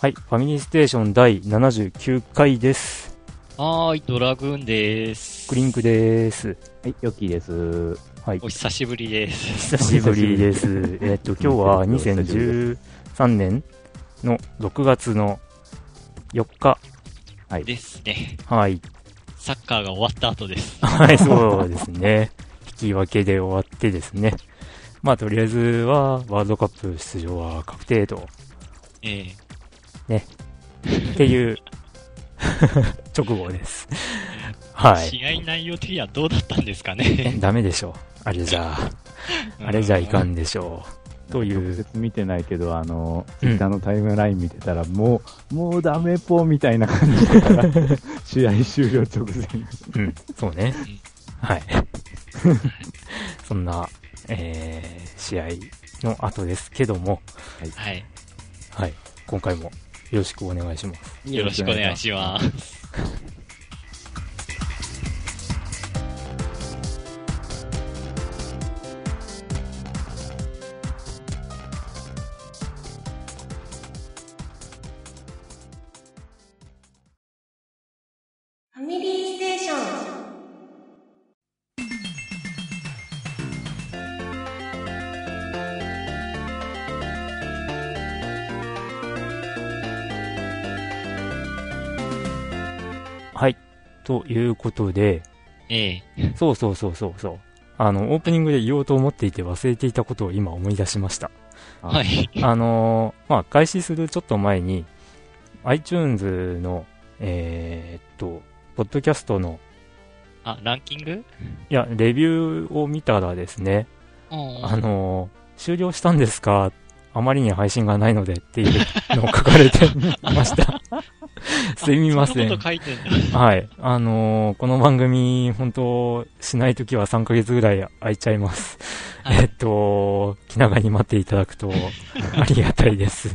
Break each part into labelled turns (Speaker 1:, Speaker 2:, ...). Speaker 1: はい、ファミリーステーション第79回です。
Speaker 2: はーい、ドラグーンでーす。
Speaker 1: クリンクです。
Speaker 3: はい、ヨッキーです。
Speaker 1: はい
Speaker 2: お、久しぶりです。
Speaker 1: 久しぶりです。えっと、今日 は
Speaker 3: お久しぶりで
Speaker 1: 2013年の6月の4日。
Speaker 2: ですね。
Speaker 1: はい、
Speaker 2: サッカーが終わった 後です。
Speaker 1: はい、そうですね。引き分けで終わってですね。まあ、とりあえずは、ワールドカップ出場は確定と、
Speaker 2: ええ
Speaker 1: って いう直後です。はい。
Speaker 2: 試合内容的にはどうだったんですかね。
Speaker 1: ダメでしょ。あれじゃあ、 あれじゃいかんでしょう。という
Speaker 3: 直接見てないけど、あの、
Speaker 1: うん
Speaker 3: ツイッターのタイムライン見てたら、もう、もうダメぽみたいな感じだから、 試合終了直前に。
Speaker 1: うん、そうね
Speaker 2: ん。
Speaker 1: はい。 そんな、えー、試合の後ですけども、
Speaker 2: はい。
Speaker 1: はい。今回もよろしくお願いします。
Speaker 2: よろしくお願いします。
Speaker 4: ファミリーステーション。
Speaker 1: はい。ということで、
Speaker 2: ええ
Speaker 1: そうそうそうそうそう。あの、オープニングで言おうと思っていて忘れていたことを今思い出しました。
Speaker 3: あ
Speaker 2: はい。
Speaker 1: あのーまあ、開始するちょっと前に、iTunes の、えーっと、ポッドキャストの、
Speaker 2: あ、ランキング
Speaker 1: いや、レビューを見たらですね、
Speaker 2: うん
Speaker 1: あのー終了したんですかあまりに配信がないのでっていうのを書かれてま した。すみませ
Speaker 2: そ
Speaker 1: ん
Speaker 2: なこと。書いてんだ。
Speaker 1: はい。あのーこの番組、本当しないときは3ヶ月ぐらい空いちゃいます。
Speaker 2: はい
Speaker 1: えっと、気長に待っていただくとありがたい です。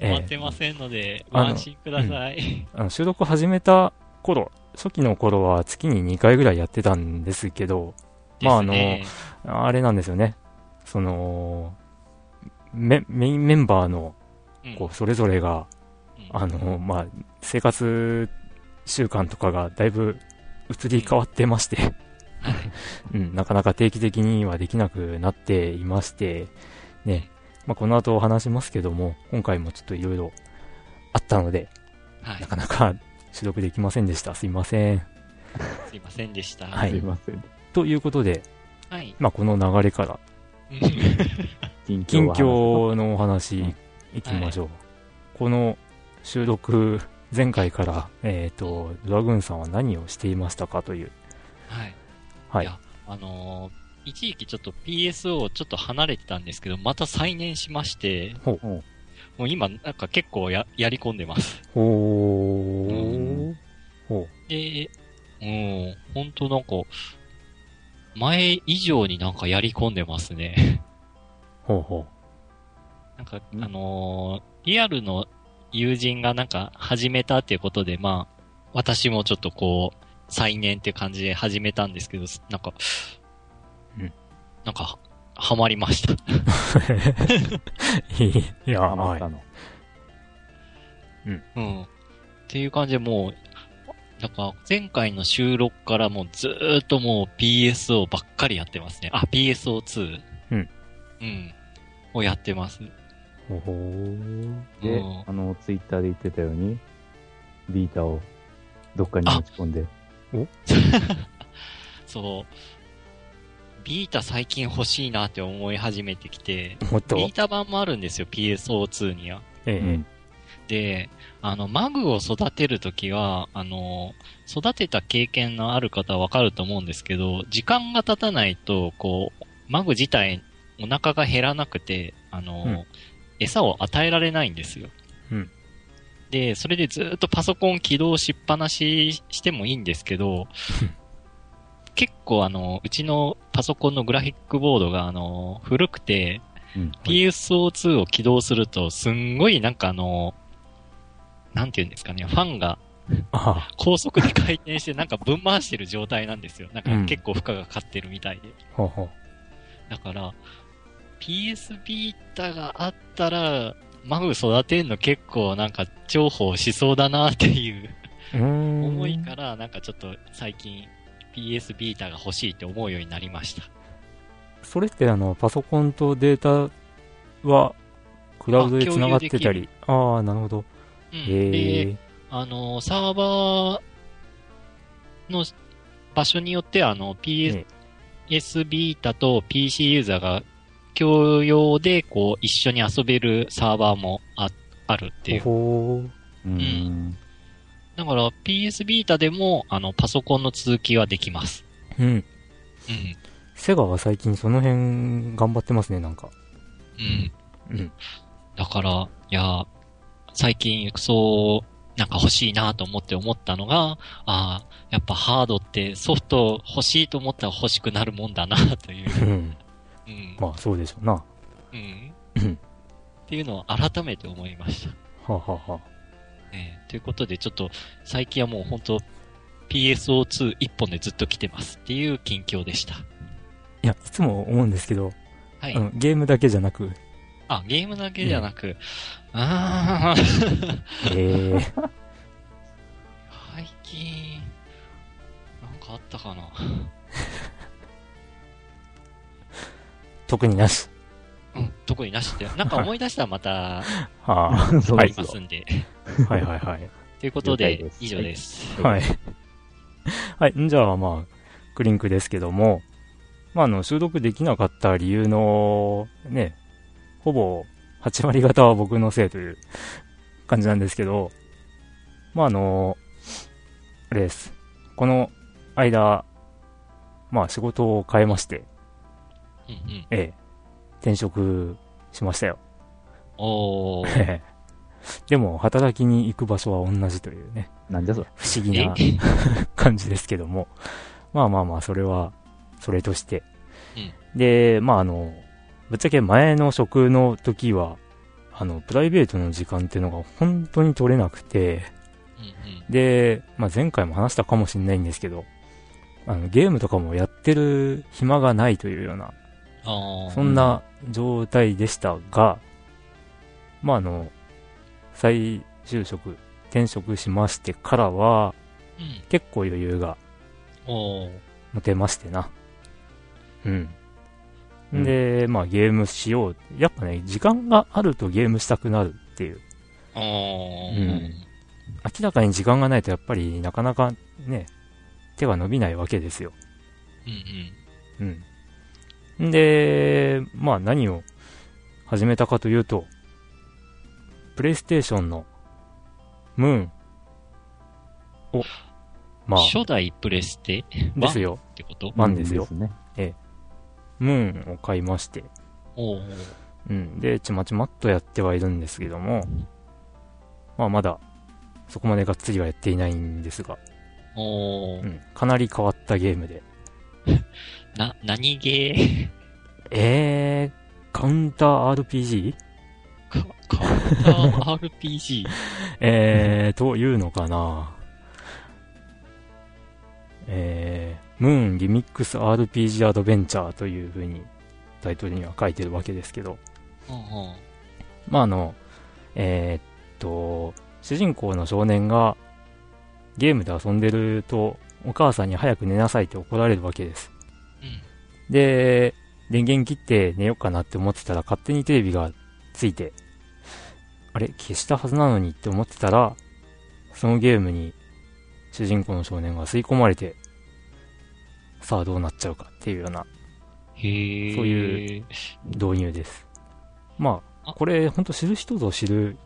Speaker 2: 終わ
Speaker 1: え
Speaker 2: ってませんので、ご
Speaker 1: あの
Speaker 2: 安心ください。
Speaker 1: あの収録始めた頃、初期の頃は月に2回ぐらいやってたんですけど、まああの
Speaker 2: ですね
Speaker 1: あれなんですよね。その、メメインメンバーの
Speaker 2: うん
Speaker 1: こうそれぞれが、
Speaker 2: うん
Speaker 1: あのまあ、生活習慣とかがだいぶ移り変わってまして、うん、なかなか定期的にはできなくなっていまして、ねまあ、この後お話しますけども、今回もちょっといろいろあったので、
Speaker 2: は
Speaker 1: なかなか収録できませんでした。すいません。
Speaker 2: い。すいませんでした。
Speaker 1: はい
Speaker 3: すいません。
Speaker 1: ということで、
Speaker 2: はい。
Speaker 1: まあ、この流れから、
Speaker 2: うん
Speaker 3: 近況
Speaker 1: 近
Speaker 3: は
Speaker 1: 況のお話いきましょう。この収録、前回から、えっ、と、ドラグーンさんは何をしていましたかという。
Speaker 2: はい。
Speaker 1: はい
Speaker 2: いやあのー一時期ちょっと PSO をちょっと離れてたんですけど、また再燃しまして、
Speaker 1: ほ
Speaker 3: う
Speaker 2: もう今なんか結構ややり込んでます。
Speaker 1: ほ
Speaker 3: う
Speaker 1: ー。ほ
Speaker 2: で、うん、ほんとなんか、前以上になんかやり込んでますね。
Speaker 1: う。ほうほ
Speaker 2: なんか、
Speaker 3: うん
Speaker 2: あのーリアルの友人がなんか始めたっていうことで、まあ、私もちょっとこう、再燃って感じで始めたんですけど、なんか、
Speaker 1: うん
Speaker 2: なんか、ハマりました。
Speaker 1: う。いや、
Speaker 3: ハマ
Speaker 1: は
Speaker 3: った
Speaker 1: い。
Speaker 3: の。
Speaker 2: うん。っていう感じでもう、なんか前回の収録からもうずーっともう PSO ばっかりやってますね。あ、PSO2。
Speaker 1: うん。
Speaker 2: うん。をやってます。
Speaker 1: ほほー。
Speaker 2: う
Speaker 3: で
Speaker 2: ん、
Speaker 3: あの、ツイッターで言ってたように、ビータをどっかに持ち込んで、
Speaker 2: そう。ビータ最近欲しいなって思い始めてきて、
Speaker 1: もっと。
Speaker 2: ビータ版もあるんですよ、PSO2 には。
Speaker 1: ええ
Speaker 3: うん
Speaker 2: で、あの、マグを育てるときは、あの、育てた経験のある方はわかると思うんですけど、時間が経たないと、こう、マグ自体、お腹が減らなくて、あの、
Speaker 1: うん
Speaker 2: 餌を与えられないんですよ。
Speaker 1: うん
Speaker 2: で、それでずっとパソコン起動しっぱなししてもいいんです けど、結構あの、うちのパソコンのグラフィックボードがあの、古くて、
Speaker 3: うん。
Speaker 2: PSO2 を起動すると、すんごいなんかあの、なんて言うんですかね、ファンが
Speaker 1: あ
Speaker 2: 高速で回転してなんかぶん回してる状態なんですよ。なん
Speaker 1: うん
Speaker 2: か結構負荷がかかってるみたいで。
Speaker 1: ほうほう。
Speaker 2: だから、PS ビータがあったら、マグ育てるの結構なんか重宝しそうだなっていう
Speaker 1: うーん。
Speaker 2: 思いから、なんかちょっと最近 PS ビータが欲しいって思うようになりました。
Speaker 1: それってあの、パソコンとデータは、クラウドで繋がってたり。ああ、なるほど。
Speaker 2: うん、
Speaker 1: へ
Speaker 2: で
Speaker 1: え。
Speaker 2: あの、サーバーの場所によって、あの、PS、ビータと PC ユーザーが共用で、こう、一緒に遊べるサーバーもあ、あるっていう。
Speaker 1: ほほ
Speaker 3: うーん。
Speaker 2: だから PS ビータでも、あの、パソコンの続きはできます。
Speaker 1: ーうん。
Speaker 2: うん。
Speaker 1: セガは最近その辺頑張ってますね、なんか。
Speaker 2: うん。
Speaker 1: うん。
Speaker 2: だから、いや、最近、そう、なんか欲しいなと思って思ったのが、ああ、やっぱハードってソフト欲しいと思ったら欲しくなるもんだな、 という。
Speaker 1: うん。
Speaker 2: うん。
Speaker 1: まあ、そうでしょうな。は
Speaker 2: うん。
Speaker 1: うん
Speaker 2: っていうのを改めて思いました。
Speaker 1: あ、はあは
Speaker 2: ええということで、ちょっと、最近はもう本当 PSO2 一本でずっと来てますっていう近況でした。
Speaker 1: あ、いや、いつも思うんですけど、
Speaker 2: はい。
Speaker 1: あのゲームだけじゃなく、
Speaker 2: あ、ゲームだけじゃなく、ああ、
Speaker 1: えー、
Speaker 2: 最近、なんかあったかな。
Speaker 1: 特になし。
Speaker 2: うん、特にな しって。なんか思い出したらまた
Speaker 1: は
Speaker 3: そう
Speaker 2: 言
Speaker 3: で
Speaker 2: い
Speaker 3: す
Speaker 2: ま
Speaker 3: よ。
Speaker 2: すんで。
Speaker 1: あ、はいはいはい。
Speaker 2: ということ
Speaker 3: 了解
Speaker 2: で
Speaker 3: で、す
Speaker 2: 以上です。
Speaker 1: はい。 はい、んじゃあまあ、クリンクですけども、まああの、収録できなかった理由の、ね、ほぼ8割方は僕のせいという感じなんですけど、まああの、あれです。この間、まあ仕事を変えまして、
Speaker 2: うんうん。
Speaker 1: ええ、転職しましたよ。
Speaker 2: おー。
Speaker 1: ええ でも、働きに行く場所は同じというね、
Speaker 3: なんじゃそれ。
Speaker 1: 不思議な感じですけども。まあまあまあ、それは、それとして。で、まああの、ぶっちゃけ前の職の時は、あの、プライベートの時間っていうのが本当に取れなくて、
Speaker 2: うん
Speaker 1: で、まあ前回も話したかもしれないんですけど、あの、ゲームとかもやってる暇がないというような
Speaker 2: うん。あー。
Speaker 1: そんな状態でしたが、まあ、あの、再就職、転職しましてからは、
Speaker 2: うん。
Speaker 1: 結構余裕が
Speaker 2: おー。
Speaker 1: 持てましてな。うん。
Speaker 3: うん
Speaker 1: で、まあ、ゲームしよう。やっぱね、時間があるとゲームしたくなるっていう。
Speaker 2: おー。
Speaker 1: うん明らかに時間がないと、やっぱりなかなかね、手が伸びないわけですよ。
Speaker 2: うん
Speaker 1: うん。で、まあ何を始めたかというと、プレイステーションのムーンを、
Speaker 2: うん。
Speaker 1: まあ、
Speaker 2: 初代プレステ
Speaker 1: ですよ。
Speaker 2: ってこと
Speaker 1: ワンですよ
Speaker 3: うんね。
Speaker 1: ムーンを買いまして、
Speaker 2: おー。
Speaker 1: うん。で、ちまちまっとやってはいるんですけども、まあまだ、そこまでがっつりはやっていないんですが、
Speaker 2: お
Speaker 1: う
Speaker 2: ー。
Speaker 1: ん。かなり変わったゲームで。
Speaker 2: な、何ゲー
Speaker 1: えー、カウンター RPG?
Speaker 2: か、カウンター RPG。
Speaker 1: えー、というのかな。えー、ムーンリミックス RPG アドベンチャーというふうにタイトルには書いてるわけですけど、
Speaker 2: うんうん。
Speaker 1: まああの、えーっと、主人公の少年がゲームで遊んでるとお母さんに早く寝なさいって怒られるわけです。
Speaker 2: うん。
Speaker 1: で、電源切って寝ようかなって思ってたら勝手にテレビがついて、あれ消したはずなのにって思ってたら、そのゲームに主人公の少年が吸い込まれて、さあどうなっちゃうかっていうような
Speaker 2: へー。。
Speaker 1: そういう導入です。まあ、
Speaker 2: あ
Speaker 1: これほんと知る人ぞ知る、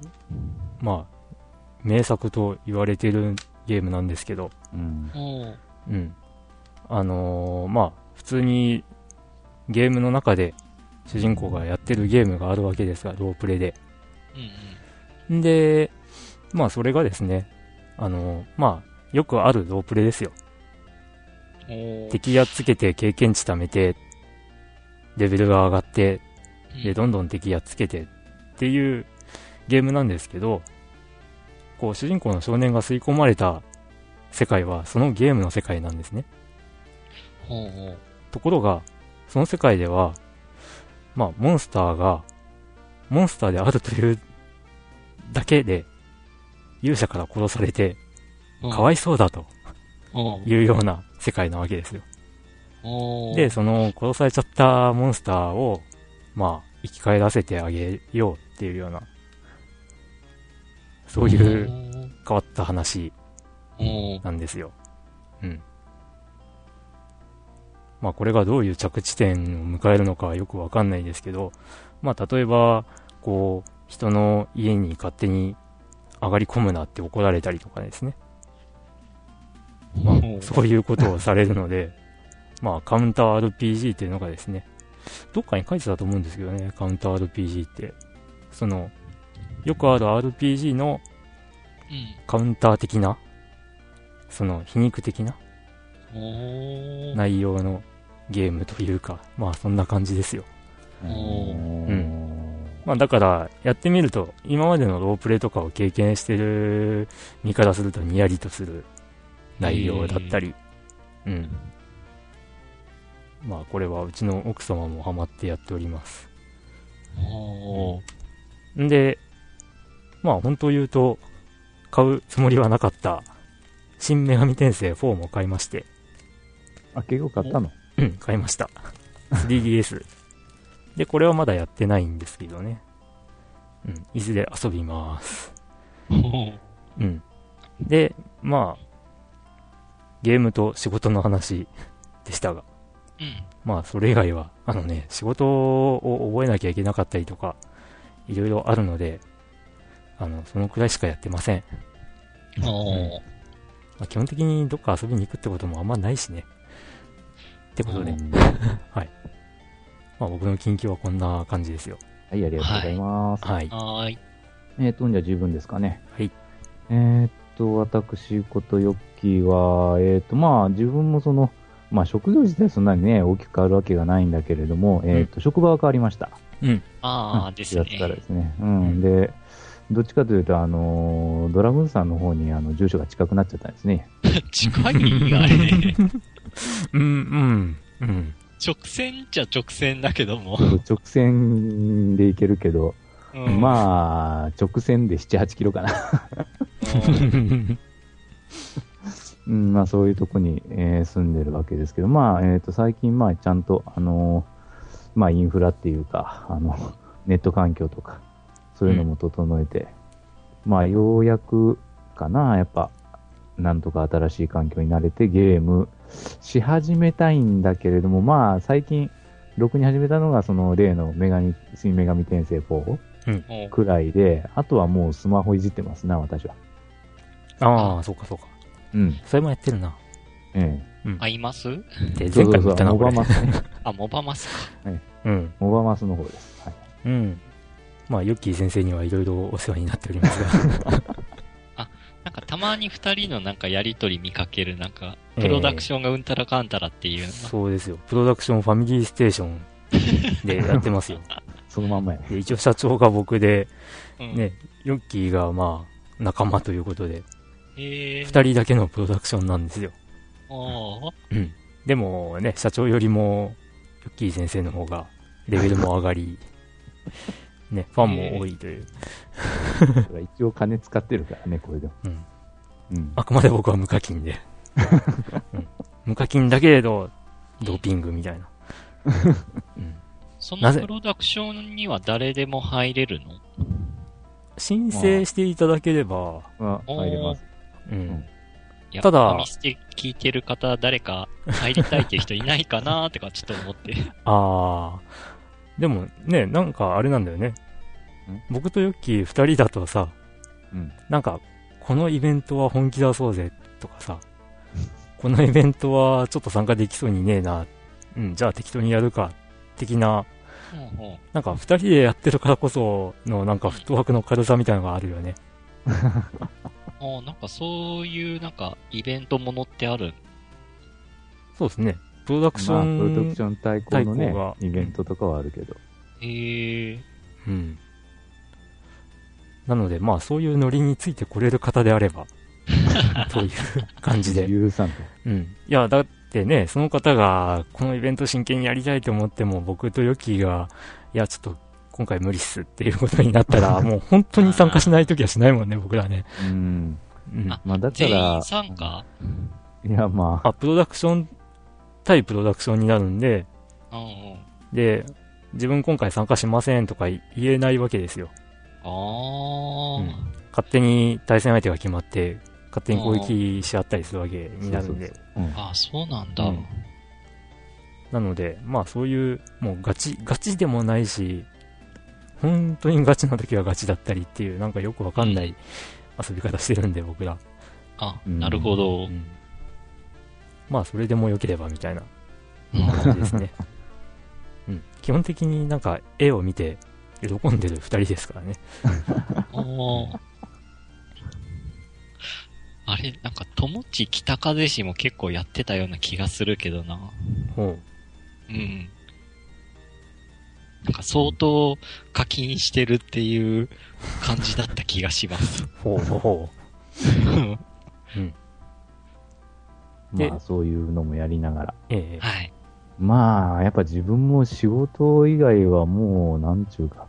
Speaker 1: まあ、名作と言われてるゲームなんですけど、
Speaker 3: うん。
Speaker 2: おー。
Speaker 1: うん。あのーまあ、普通にゲームの中で主人公がやってるゲームがあるわけですが、ロープレで。
Speaker 2: うんうん。
Speaker 1: んで、まあ、それがですね、あのーまあ、よくあるロープレですよ。
Speaker 2: おー。
Speaker 1: 敵やっつけて経験値貯めて、レベルが上がって、
Speaker 2: う
Speaker 1: で、
Speaker 2: ん
Speaker 1: どんどん敵やっつけてっていうゲームなんですけど、こう、主人公の少年が吸い込まれた世界は、そのゲームの世界なんですね。
Speaker 2: ほうほう。
Speaker 1: ところが、その世界では、まあ、モンスターが、モンスターであるというだけで、勇者から殺されて、
Speaker 2: うん
Speaker 1: かわいそうだと
Speaker 2: うん
Speaker 1: いうような世界なわけですよ。
Speaker 2: おー
Speaker 1: で、その殺されちゃったモンスターを、まあ、生き返らせてあげようっていうような、そういう変わった話
Speaker 2: おー
Speaker 1: なんですよ。うん。まあこれがどういう着地点を迎えるのかはよくわかんないですけど、まあ例えば、こう、人の家に勝手に上がり込むなって怒られたりとかですね。まあ
Speaker 2: おー
Speaker 1: そういうことをされるので、 まあカウンター RPG っていうのがですね、どっかに書いてたと思うんですけどね、カウンター RPG って。その、よくある RPG のカウンター的な、その皮肉的な
Speaker 2: うんおー
Speaker 1: 内容のゲームというか、まあそんな感じですよ。
Speaker 2: お
Speaker 1: ーうまあだから、やってみると、今までのロープレイとかを経験してる身からするとニヤリとする内容だったり、うん。まあこれはうちの奥様もハマってやっております。
Speaker 2: おー
Speaker 1: んで、まあ本当言うと、買うつもりはなかった、新女神転生4も買いまして、
Speaker 3: あ、結構買ったの
Speaker 1: うん、買いました。3DS。で、これはまだやってないんですけどね。うん、いずれ遊びます。
Speaker 2: おー
Speaker 1: うん。で、まあ、ゲームと仕事の話でしたが、
Speaker 2: うん
Speaker 1: まあ、それ以外は、あのね、仕事を覚えなきゃいけなかったりとか、いろいろあるので、あの、そのくらいしかやってません。
Speaker 2: お
Speaker 1: ま
Speaker 2: ー
Speaker 1: あ、基本的にどっか遊びに行くってこともあんまないしね。ってことで、
Speaker 3: うん
Speaker 1: まあ僕の近況はこんな感じですよ。
Speaker 3: はい、ありがとうございます。
Speaker 1: はい。
Speaker 2: はーい。
Speaker 3: えっ、と、じゃあ十分ですかね。
Speaker 1: はい。
Speaker 3: えーっと、私ことヨッキーは、えーっと、まあ、自分もその、まあ、職業自体そんなにね、大きく変わるわけがないんだけれども、えーっと、職場は変わりました。
Speaker 2: ああ、です
Speaker 3: や
Speaker 2: ね
Speaker 3: っ。たらですね。うん。で、どっちかというと、あのードラムンさんの方に、あの、住所が近くなっちゃったんですね。
Speaker 2: 近いあれ。
Speaker 1: うん、うん、 うん。
Speaker 2: 直線っちゃ直線だけども
Speaker 3: ち。ょっと直線で行けるけど、
Speaker 2: うん
Speaker 3: まあ、直線で7、8キロかな。
Speaker 2: うん
Speaker 3: うん、まあそういうとこに、えー住んでるわけですけど、まあ、えっ、と、最近、まあちゃんと、あのーまあインフラっていうか、あの、 ネット環境とか、そういうのも整えて、まあようやくかな、やっぱ、なんとか新しい環境に慣れてゲームし始めたいんだけれども、まあ最近、ろくに始めたのが、その例の女神、新女神転生4
Speaker 2: お
Speaker 3: くらいで、あとはもうスマホいじってますな、私は。
Speaker 1: ああ、そうかそうか。
Speaker 3: うん。
Speaker 1: それもやってるな。
Speaker 3: え
Speaker 2: あいます
Speaker 1: で
Speaker 3: え。
Speaker 1: 前回も言ったな、
Speaker 3: そう
Speaker 1: こ
Speaker 3: そうそうモバ
Speaker 1: れ。
Speaker 3: マスね
Speaker 2: あ、モバマスか。
Speaker 1: うん。
Speaker 3: モバマスの方です。はい、
Speaker 1: うん。まあ、ヨッキー先生にはいろいろお世話になっておりますが。
Speaker 2: なんかたまに二人のなんかやりとり見かける、なんか、プロダクションがうんたらかんたらっていう。
Speaker 1: そうですよ。プロダクションファミリーステーションでやって ますよ。
Speaker 3: そのまんま やね。
Speaker 1: で、一応社長が僕で、
Speaker 2: うん
Speaker 1: ね、ヨッキーがまあ、仲間ということで、
Speaker 2: へー
Speaker 1: 二人だけのプロダクションなんですよ。
Speaker 2: おー
Speaker 1: でもね、社長よりも、ヨッキー先生の方が、レベルも上が り、ね、ファンも多いという。
Speaker 3: 一応金使ってるからね、これでも。
Speaker 1: うん
Speaker 3: うん。
Speaker 1: あくまで僕は無課金 で。うん無課金だけれど、ドーピングみた いな。うん
Speaker 2: そ
Speaker 1: な
Speaker 2: の
Speaker 1: ぜ
Speaker 2: プロダクションには誰でも入れるの
Speaker 1: 申請していただければ、
Speaker 3: まあ、入れます。
Speaker 1: うん。
Speaker 2: いや
Speaker 1: ただ
Speaker 2: ファミステ聞いてる方、誰か入りたいって人いないかなーってかちょっと 思って。
Speaker 1: あー。でもね、なんかあれなんだよね。僕とヨッキー二人だとさ、
Speaker 3: うん。
Speaker 1: なんか、このイベントは本気出そうぜとか さ、このイベントはちょっと参加できそうにねえな、うん、じゃあ適当にやるか、的な、
Speaker 2: うんうん
Speaker 1: なんか二人でやってるからこそのなんかフットワークの軽さみたいなのがあるよね。
Speaker 2: おーなんかそういうなんかイベントものってある。
Speaker 1: そうですね。プロダクショ
Speaker 3: まあ、プロダク
Speaker 1: ン、
Speaker 3: ション対抗の
Speaker 1: 対抗が
Speaker 3: ね、イベントとかはあるけど。
Speaker 2: へえ。
Speaker 1: うん。なので、まあそういうノリについてこれる方であれ ば、という感じで。
Speaker 3: 13と。
Speaker 1: うん。いや、だってね、その方が、このイベント真剣にやりたいと思っても、僕とヨッキーが、いや、ちょっと、今回無理っすっていうことになったら、 もう本当に参加しないときはしないもんね、僕らね。
Speaker 3: うん。
Speaker 1: うん。
Speaker 2: あ
Speaker 3: まあだか
Speaker 2: 全
Speaker 3: ら
Speaker 2: 員、参加
Speaker 3: いやまあ、
Speaker 1: あ、プロダクション対プロダクションになるんで、
Speaker 2: うんうん。
Speaker 1: で、自分今回参加しませんとか言えないわけですよ。
Speaker 2: あー。
Speaker 1: うん勝手に対戦相手が決まって、勝手に攻撃し合ったりするわけになるんで。
Speaker 3: うん
Speaker 2: あ、そうなんだ。
Speaker 1: うんなので、まあそういう、もうガチ、ガチでもないし、本当にガチな時はガチだったりっていう、なんかよくわかんない遊び方してるんで、僕ら。
Speaker 2: あ、
Speaker 3: うん
Speaker 2: なるほ
Speaker 1: う
Speaker 2: ど。
Speaker 1: ん。まあそれでも良ければみたいな感じ ですね。うん。基本的になんか絵を見て喜んでる二人ですからね。
Speaker 2: おーあれ、なんか、友地北風市も結構やってたような気がするけどな。
Speaker 1: ほ
Speaker 2: うん。なんか相当課金してるっていう感じだった気がします。
Speaker 1: う。ほうほうほ
Speaker 2: は
Speaker 1: で
Speaker 3: まあそういうのもやりなが
Speaker 1: う。
Speaker 3: ら。
Speaker 1: ええ
Speaker 2: い。
Speaker 3: まあ、やっぱ自分も仕事以外はもう、なんちゅうか、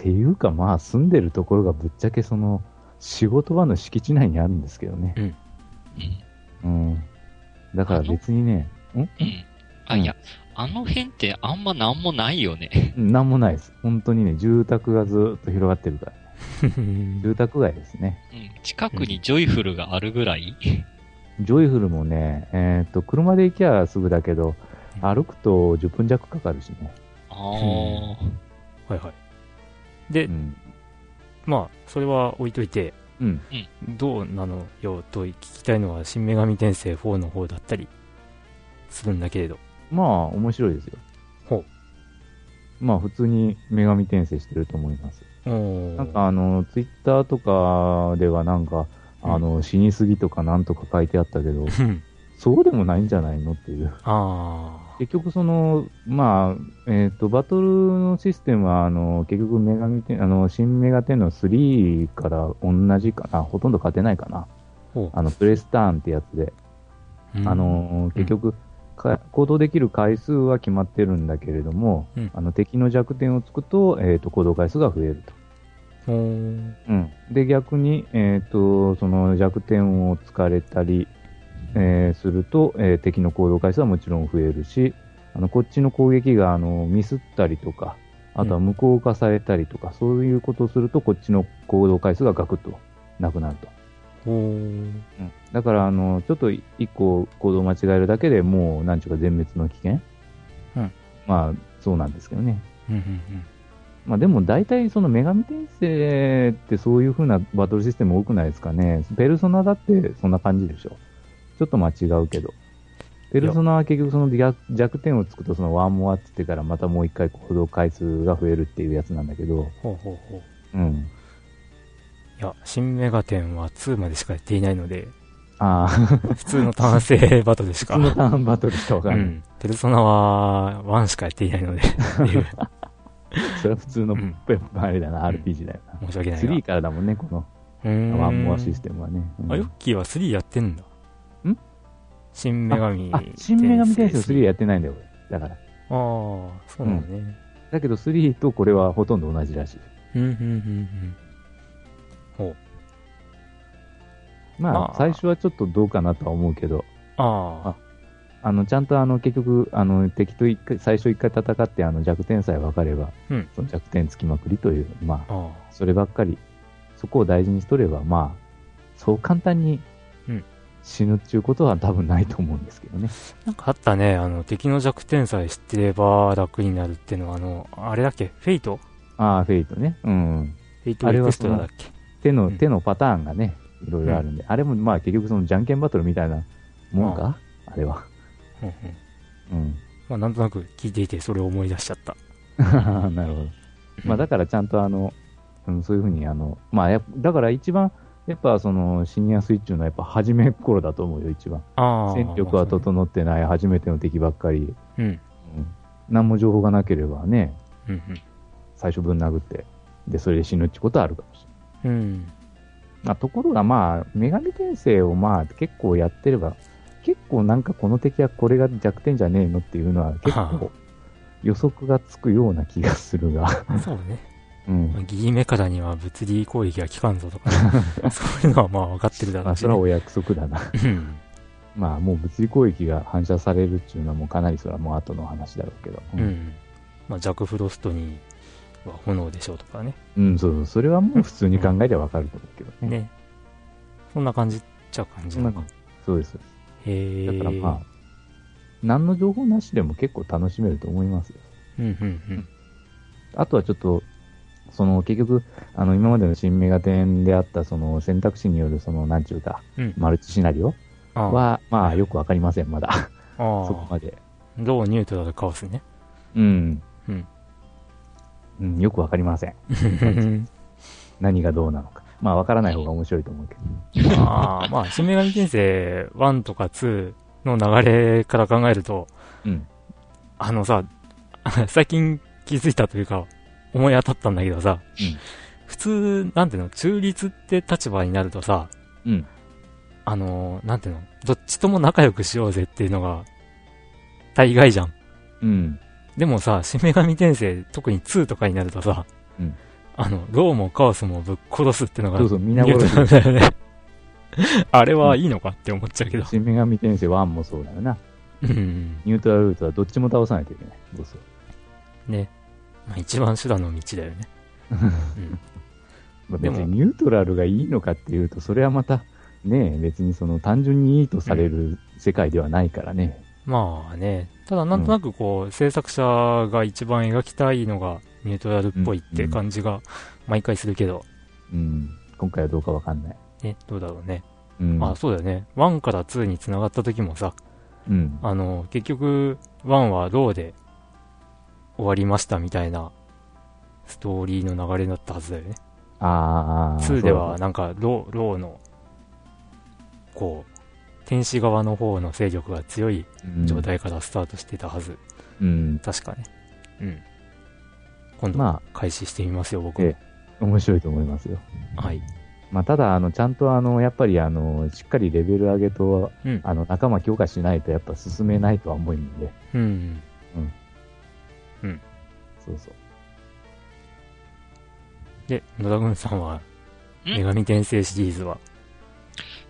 Speaker 3: っていうかまあ、住んでるところがぶっちゃけその、仕事場の敷地内にあるんですけどね。
Speaker 2: うん。
Speaker 3: うん。だから別にね、
Speaker 2: うん。あ、いや、あの辺ってあんまなんもないよね。
Speaker 3: なんもないです。本当にね、住宅がずっと広がってるから、ね、 住宅街ですね。
Speaker 2: うん。近くにジョイフルがあるぐらい。
Speaker 3: ジョイフルもね、えっと、車で行きゃすぐだけど、歩くと10分弱かかるしね。
Speaker 2: ああ。
Speaker 1: はいはい。で、
Speaker 3: うん。
Speaker 1: まあそれは置いといて、
Speaker 3: うん。
Speaker 1: どうなのよと聞きたいのは、新女神転生4の方だったりするんだけれど。
Speaker 3: まあ、面白いですよ。
Speaker 1: ほう。
Speaker 3: まあ、普通に女神転生してると思います。
Speaker 1: お
Speaker 3: なんかあの、ツイッターとかではなんか、
Speaker 1: うん
Speaker 3: あの、死にすぎとかなんとか書いてあったけど、そうでもないんじゃないのっていう。
Speaker 1: あ
Speaker 3: 結局その、まあ、えっ、と、バトルのシステムは、あの、結局女神天、あの、新メガテンの3から同じかな、ほとんど勝てないかな。
Speaker 1: ほう
Speaker 3: あの、プレスターンってやつで、
Speaker 1: あ、うん
Speaker 3: あ、の、結局、か行動できる回数は決まってるんだけれども、
Speaker 1: うん
Speaker 3: あの、敵の弱点をつくと、えっ、と、行動回数が増えると。
Speaker 1: ほう
Speaker 3: うん、で逆に、えー、とその弱点を突かれたり、えーすると、えー敵の行動回数はもちろん増えるしあのこっちの攻撃があのミスったりとかあとは無効化されたりとか、そういうことをするとこっちの行動回数がガクッとなくなると、
Speaker 1: ほ
Speaker 3: うん、だからあのちょっと1個行動間違えるだけでもうなんちゅうか全滅の危険、
Speaker 1: うん
Speaker 3: まあそうなんですけどね、
Speaker 1: う。うんうん
Speaker 3: まあ、でも大体その女神転生ってそういう風なバトルシステム多くないですかね。ペルソナだってそんな感じでしょ。ちょっとまあ違うけど。ペルソナは結局その弱弱点をつくとそのワンモアって言ってからまたもう一回行動回数が増えるっていうやつなんだけど。
Speaker 1: ほうほうほう。
Speaker 3: うん。
Speaker 1: いや、新メガテンは2までしかやっていないので、
Speaker 3: ああ、
Speaker 1: 普通の単成バトルし
Speaker 3: 普
Speaker 1: か。
Speaker 3: 通のターンバトルしかわか
Speaker 1: うん
Speaker 3: ない。
Speaker 1: ん。ペルソナは1しかやっていない ので、っていう
Speaker 3: それは普通の、
Speaker 1: うん
Speaker 3: やっぱあれだな、
Speaker 1: うん
Speaker 3: RPG だよな。
Speaker 1: 申し訳ないが。
Speaker 3: 3からだもんね、この
Speaker 1: うーん
Speaker 3: ワンモアシステムはね。うん
Speaker 1: あ、ヨッキーは3やってんだ。
Speaker 3: ん
Speaker 1: 新女神
Speaker 3: あ
Speaker 1: 転、生。
Speaker 3: 新女神転生3やってないんだよ、俺だから。
Speaker 1: ああ、そうなのね。
Speaker 3: だけど3とこれはほとんど同じらしい。
Speaker 1: うん、うん、うん、うん。ほう。
Speaker 3: ま
Speaker 1: まあ
Speaker 3: あ、最初はちょっとどうかなとは思うけど、
Speaker 1: あ
Speaker 3: あの、ちゃんとあの、結局、あの、敵と一回、最初一回戦って、あの、弱点さえ分かれば、
Speaker 1: うん
Speaker 3: その弱点つきまくりという、ま
Speaker 1: あ、
Speaker 3: あ、
Speaker 1: あ
Speaker 3: そればっかり、そこを大事にしとれば、まあ、そう簡単に
Speaker 1: うん
Speaker 3: 死ぬっていうことは多分ないと思うんですけどね。
Speaker 1: あ。なんかあったね、あの、敵の弱点さえ知ってれば楽になるっていうのは、あの、あれだっけフェイト
Speaker 3: ああ、フェイトね。うん。
Speaker 1: フェイトエクストラだっけ
Speaker 3: 手の、
Speaker 1: うん
Speaker 3: 手のパターンがね、いろいろあるんで、あれも、まあ、結局その、じゃんけんバトルみたいなもんか、あれは。
Speaker 1: うんうん。
Speaker 3: うん。
Speaker 1: まあ、なんとなく聞いていて、それを思い出しちゃった。
Speaker 3: なるほど。まあだ
Speaker 1: か
Speaker 3: からちゃんとあの、うん、そういうふうにあの、まあやっぱだから一番、やっぱそのシニアスイッチのやっぱ初め頃だと思うよ、一番。
Speaker 1: ら、ああ。
Speaker 3: 戦力は
Speaker 1: と
Speaker 3: 整ってない、初めての敵ばっかり、
Speaker 1: うん。うん
Speaker 3: うん、何も情報がなければね、
Speaker 1: うん。
Speaker 3: 最初ぶん殴って、で、それで死ぬってことはあるかもしれない。
Speaker 1: うん。
Speaker 3: まあ、ところがまあ、女神転生をまあ結構やってれば、結構なんかこの敵はこれが弱点じゃねえのっていうのは結
Speaker 1: は
Speaker 3: 構予測がつくような気がするが、
Speaker 1: そうね。
Speaker 3: うん
Speaker 1: まあ、。ギーメカダには物理攻撃は効かんぞと か、ね、そういうのはまあ分かってるだろ
Speaker 3: ま
Speaker 1: う
Speaker 3: あ、
Speaker 1: し、
Speaker 3: それはお約束だな。
Speaker 1: うん
Speaker 3: まあ、もう物理攻撃が反射されるっていうのはもうかなりそれはもう後の話だろうけど。
Speaker 1: う。ん。まあ、ジャック・フロストには炎でしょうとかね。
Speaker 3: うん、そうそう。それはもう普通に考えればわかると思うけどね。
Speaker 1: ね。そんな感じっちゃ感じなのか。
Speaker 3: そうです。
Speaker 1: へ
Speaker 3: だ
Speaker 1: ー
Speaker 3: からまあ、何の情報なしでも結構楽しめると思いますよ。
Speaker 1: うんうん
Speaker 3: あとはちょっと、その結局、あの今までの新メガテンであったその選択肢によるその、なんちゅうか、
Speaker 1: うん。うん。
Speaker 3: マルチシナリオ
Speaker 1: ああ、
Speaker 3: は、まあよくわかりません、まだ。そこ
Speaker 1: ああ
Speaker 3: まで。
Speaker 1: ロー、ニュートラル、カオスね。
Speaker 3: うん。
Speaker 1: うん。
Speaker 3: うん、よくわかりません。何がどうなのか。まあわからない方が面白いと思うけど。
Speaker 1: ま あ、まあ、新女神転生1とか2の流れから考えると、
Speaker 3: うん。
Speaker 1: あのさ、 最近気づいたというか、思い当たったんだけどさ、
Speaker 3: うん
Speaker 1: 普通、なんていうの、中立って立場になるとさ、
Speaker 3: うん
Speaker 1: あの、なんていうの、どっちとも仲良くしようぜっていうのが、大概じゃん。
Speaker 3: うん。
Speaker 1: でもさ、新女神転生、特に2とかになるとさ、
Speaker 3: うん
Speaker 1: あの、ローもカオスもぶっ殺すってのが
Speaker 3: そう、そう、皆殺し。
Speaker 1: なんだよね。 あれはいいのかって思っちゃうけど。
Speaker 3: 新女神転生1もそうだよな。
Speaker 1: うん。
Speaker 3: ニュートラルルートはどっちも倒さないといけない。ボスを
Speaker 1: ね。まあ一番手段の道だよね。うん。
Speaker 3: まあ
Speaker 1: で
Speaker 3: 別
Speaker 1: も
Speaker 3: にニュートラルがいいのかっていうと、それはまた、ねえ、別にその単純にいいとされる世界ではないからね。
Speaker 1: まあね。ただなんとなくこう、制作者が一番描きたいのがニュートラルっぽいって感じが毎回するけど、
Speaker 3: うん。今回はどうかわかんない。
Speaker 1: ね、どうだろうね。
Speaker 3: うん。
Speaker 1: あ、そうだよね。1から2に繋がった時もさ、
Speaker 3: うん。
Speaker 1: あの、結局、1はローで終わりましたみたいなストーリーの流れだったはずだよね。
Speaker 3: ああ。
Speaker 1: 2では
Speaker 3: そう
Speaker 1: なんかローローのこう天使側の方の勢力が強い
Speaker 3: だうん
Speaker 1: 状態からスタートしてたはず、
Speaker 3: うん。
Speaker 1: 確かねうん今度
Speaker 3: ま
Speaker 1: 開始してみますよ、僕も
Speaker 3: えあ、面白いと思いますよ。
Speaker 1: はい
Speaker 3: まあ、ただ、あの、ちゃんと、あの、やっぱり、あの、しっかりレベル上げと、
Speaker 1: うん
Speaker 3: あの、仲間強化しないと、やっぱ進めないとは思うんで、
Speaker 1: うん
Speaker 3: そうそう。
Speaker 1: で野田軍さんは
Speaker 2: ん
Speaker 1: 女神転生シリーズは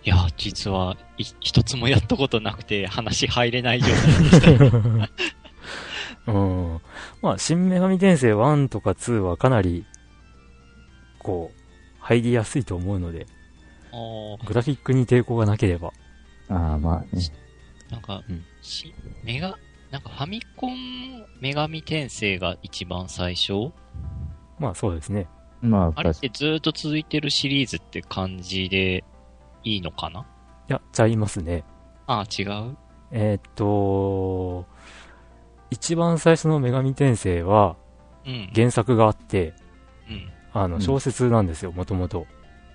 Speaker 1: い
Speaker 2: や、実は、い一つもやったことなくて、話入れない状態。
Speaker 1: うんまあ新女神転生1とか2はかなりこう入りやすいと思うので
Speaker 2: おー
Speaker 1: グラフィックに抵抗がなければ
Speaker 3: ああ、まあね。
Speaker 2: なんか、
Speaker 1: うん
Speaker 2: し、メガ、なんかファミコン女神転生が一番最初
Speaker 1: まあそうですね
Speaker 3: まあ、
Speaker 2: あれっ
Speaker 3: 確か
Speaker 2: てずーっと続いてるシリーズって感じでいいのかない
Speaker 1: やちゃいますね
Speaker 2: あー、違う
Speaker 1: えーっと、一番最初の女神転生は
Speaker 2: うん。
Speaker 1: 原作があって、
Speaker 2: うん。
Speaker 1: あ
Speaker 3: う
Speaker 1: の、
Speaker 3: ん
Speaker 1: 小説なんですよ、もともと。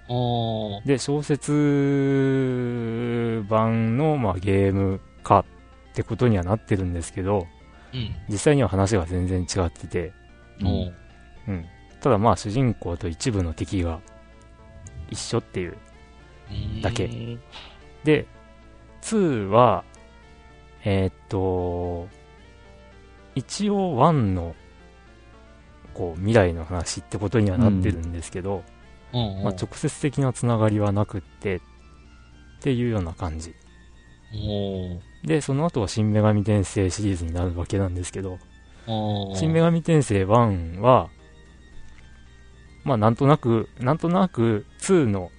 Speaker 2: おー。
Speaker 1: で、小説版の、まあ、ゲーム化ってことにはなってるんですけど、
Speaker 2: うん。
Speaker 1: 実際には話が全然違ってて、
Speaker 3: うん
Speaker 2: おー。
Speaker 1: うん。ただまあ、主人公と一部の敵が一緒っていう。だけ
Speaker 2: うーん
Speaker 1: で、2は、えーっと、一応1の、こう、未来の話ってことにはなってるんですけど、
Speaker 2: うんうん。
Speaker 1: まあ、直接的なつながりはなくって、っていうような感じ。
Speaker 2: おー。
Speaker 1: で、その後は新女神転生シリーズになるわけなんですけど、
Speaker 2: おー。
Speaker 1: 新女神転生1は、まあ、なんとなく、なんとなく、2の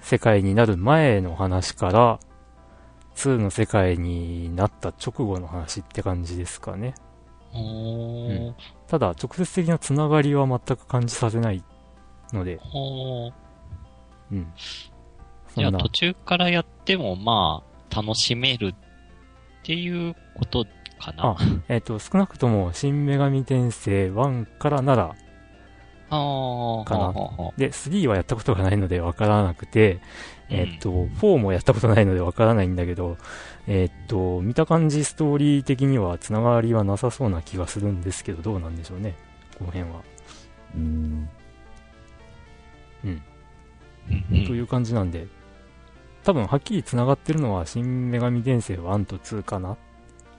Speaker 1: 世界になる前の話から、2の世界になった直後の話って感じですかね。
Speaker 2: お
Speaker 1: う
Speaker 2: ー。
Speaker 1: ただ、直接的なつながりは全く感じさせないので、
Speaker 2: おー。
Speaker 1: うん。そ
Speaker 2: じゃあ
Speaker 1: んな
Speaker 2: 途、中からやっても、まあ、楽しめるっていうことかな。
Speaker 1: えっ、と、少なくとも、新女神転生1からなら、
Speaker 2: ああ、
Speaker 1: かな
Speaker 2: はあはあはあ
Speaker 1: で、3はやったことがないのでわからなくて、
Speaker 2: うん
Speaker 1: えっと、4もやったことないのでわからないんだけど、えっと、見た感じストーリー的にはつながりはなさそうな気がするんですけど、どうなんでしょうね、この辺は。
Speaker 3: に。うん。
Speaker 2: うん
Speaker 1: という感じなんで、多分はっきりつながってるのは、新女神転生1と2かなっ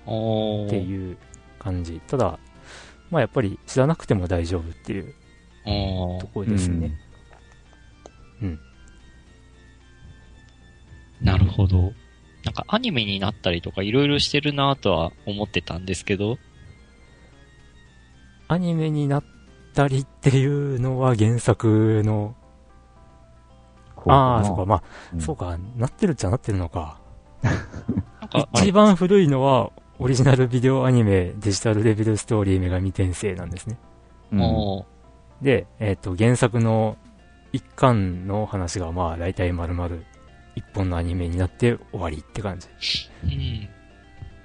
Speaker 2: おー
Speaker 1: ていう感じ。ただ、まあやっぱり知らなくても大丈夫っていう
Speaker 2: お
Speaker 1: と
Speaker 2: ー
Speaker 1: ころですね。
Speaker 2: なるほど。なんかアニメになったりとかいろいろしてるなぁとは思ってたんですけど、
Speaker 1: アニメになったりっていうのは原作の、ああ、そうか、まあ、
Speaker 3: うん
Speaker 1: そうか、なってるっちゃなってるのか。
Speaker 2: なんか、あれ
Speaker 1: 一番古いのは、オリジナルビデオアニメデジタルレビューストーリー女神転生なんですね。
Speaker 3: うん
Speaker 2: おー
Speaker 1: で、えっ、と、原作の一巻の話が、まあ、大体丸々一本のアニメになって終わりって感 じ。
Speaker 2: うん。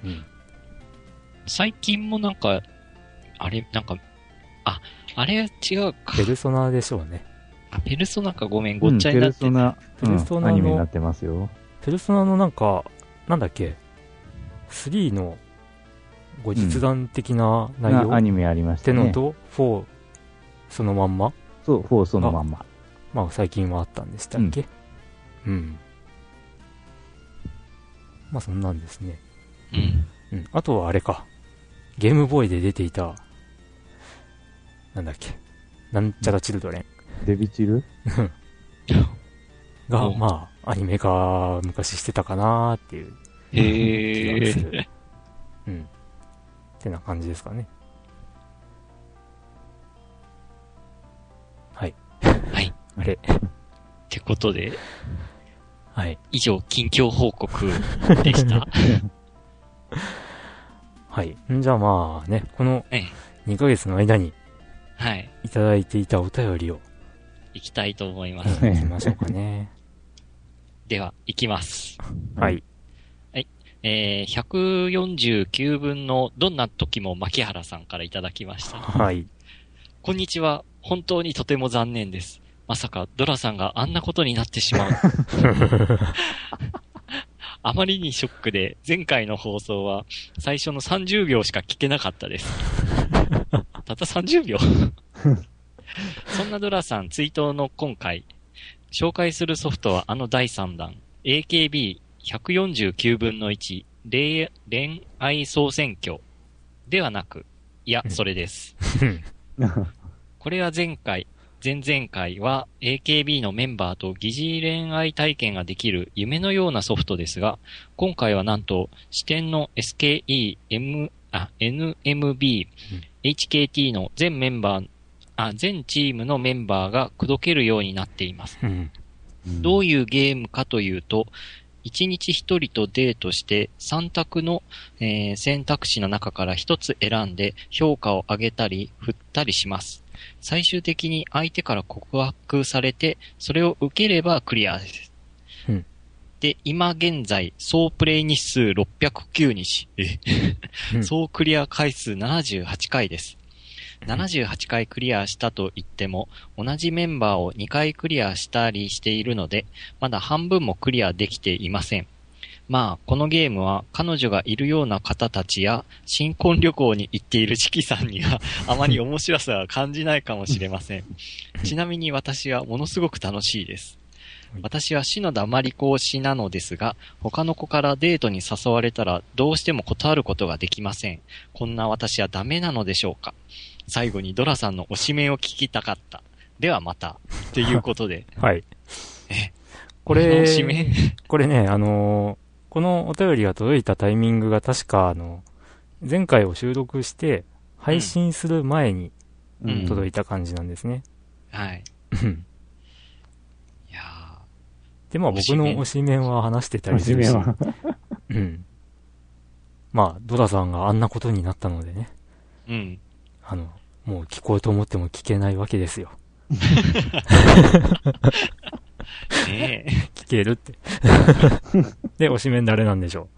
Speaker 1: うん。
Speaker 2: 最近もなんか、あれ、なんか、あ、あれ違うか。
Speaker 1: ペルソナでしょうね。
Speaker 2: あ、ペルソナかごめん、
Speaker 3: う
Speaker 2: ごっ
Speaker 3: ん
Speaker 2: ちゃ
Speaker 3: ペ
Speaker 2: にな
Speaker 3: ル
Speaker 2: って。
Speaker 3: ソナ、
Speaker 1: ペルソナの
Speaker 3: うんアニメになってますよ。
Speaker 1: ペルソナのなんか、なんだっけ、3の後日談的な内容
Speaker 3: なア
Speaker 1: っ
Speaker 3: ニメありましてた
Speaker 1: の
Speaker 3: ね。
Speaker 1: と、4そのまんま、
Speaker 3: そう、フォーそのまんま。
Speaker 1: まあ、最近はあったんでしたっけうん。まあ、そんなんですね。
Speaker 2: うん。
Speaker 1: うん。あとはあれか。ゲームボーイで出ていた、なんだっけ。なんちゃらチルドレン
Speaker 3: デビチ ル
Speaker 1: が、
Speaker 2: お
Speaker 1: まあ、アニメ化昔してたかなーっていう気
Speaker 2: へ
Speaker 1: がす
Speaker 2: え。
Speaker 1: る。うん。ってな感じですかね。はい。
Speaker 2: はい。
Speaker 1: あれ
Speaker 2: ってことで、
Speaker 1: はい。
Speaker 2: 以上、近況報告でした。
Speaker 1: はい。んじゃあまあね、この
Speaker 2: ええ
Speaker 1: 2ヶ月の間に
Speaker 2: はい。
Speaker 1: いただいていたお便りを
Speaker 2: 行きたいと思います。
Speaker 1: 行きましょうかね。
Speaker 2: では、行きます。
Speaker 1: はい。
Speaker 2: えー、149分のどんな時も牧原さんからいただきました。
Speaker 1: はい。
Speaker 2: こんにちは。本当にとても残念です。まさかドラさんがあんなことになってしまう。あまりにショックで、前回の放送は最初の30秒しか聞けなかったです。たった30秒そんなドラさん追悼の今回、紹介するソフトはあの第3弾、AKB149 分の1、恋恋愛総選挙ではなく、いや、それです。これは前回、前々回は AKB のメンバーと疑似恋愛体験ができる夢のようなソフトですが、今回はなんと視点の SKE、M、あ、NMB
Speaker 1: うん、
Speaker 2: HKT の全メンバー、あ、全チームのメンバーが口説けるようになっています。
Speaker 1: うん。
Speaker 2: どう
Speaker 3: い
Speaker 2: いうゲームかというと、1日1人とデートして3択の、えー選択肢の中から1つ選んで評価を上げたり振ったりします。最終的に相手から告白されて、それを受ければクリアです。
Speaker 1: うん
Speaker 2: で、今現在、総プレイ日数609日。え
Speaker 1: うん
Speaker 2: 総クリア回数78回です。78回クリアしたと言っても、同じメンバーを2回クリアしたりしているので、まだ半分もクリアできていません。まあ、このゲームは彼女がいるような方たちや、新婚旅行に行っているチキさん には、あまり面白さは感じないかもしれません。ちなみに私はものすごく楽しいです。私は篠田まり子推しなのですが、他の子からデートに誘われたらどうしても断ることができません。こんな私はダメなのでしょうか最後にドラさんの推しメンを聞きたかった。ではまた。っていうことで。
Speaker 1: はい。
Speaker 2: え
Speaker 1: こ
Speaker 2: この
Speaker 1: れ、
Speaker 2: 推しメン
Speaker 1: これね、あのーこのお便りが届いたタイミングが確か、あの、前回を収録して、配信する前に
Speaker 2: うん
Speaker 1: 届
Speaker 3: い
Speaker 1: いた感じなんですね。
Speaker 2: はい。
Speaker 1: うん
Speaker 2: いやー
Speaker 1: で、まあ僕の推しメンは話してた
Speaker 3: た
Speaker 1: りするし、
Speaker 3: は。
Speaker 1: うん。まあ、ドラさんがあんなことになったのでね、
Speaker 2: うん。
Speaker 1: あの、もう聞こうと思っても聞けないわけですよ。
Speaker 2: ね
Speaker 1: 聞ける って。で、推しメン誰なんでしょ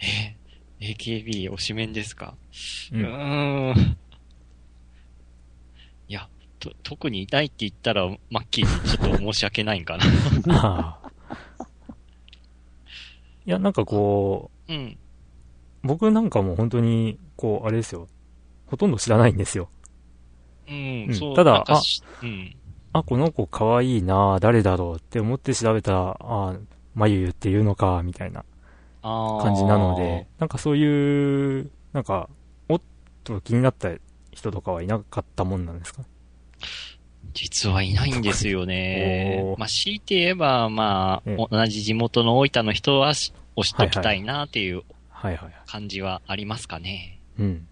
Speaker 2: え。え AKB 推しメンですか
Speaker 1: う。
Speaker 2: う
Speaker 1: うん。
Speaker 2: ーん。いや、と、特にいないって言ったら、マッキーにちょっと申し訳ないんかな。
Speaker 1: ああ いや、なんかこう、
Speaker 2: うん。
Speaker 1: 僕なんかもう本当に、こう、あれですよ。ほとんど知らないんですよ。
Speaker 2: うん、
Speaker 1: うん
Speaker 2: そう。
Speaker 1: ただ
Speaker 2: なんか
Speaker 1: あ
Speaker 2: しうん。
Speaker 1: あ、この子可愛いなあ誰だろうって思って調べたら、あまゆゆっていうのか、みたいな
Speaker 2: あー
Speaker 1: 感じなので、、なんかそういう、なんか、おっと気になった人とかはいなかったもんなんですか
Speaker 2: 実はいないんですよね
Speaker 1: お。ー
Speaker 2: まあ、強いて言えば、ま
Speaker 1: ええ
Speaker 2: あ、同じ地元の大分の人はし押しときたいなっていう
Speaker 1: はいはいはい。
Speaker 2: 感じはありますかね。
Speaker 1: うん。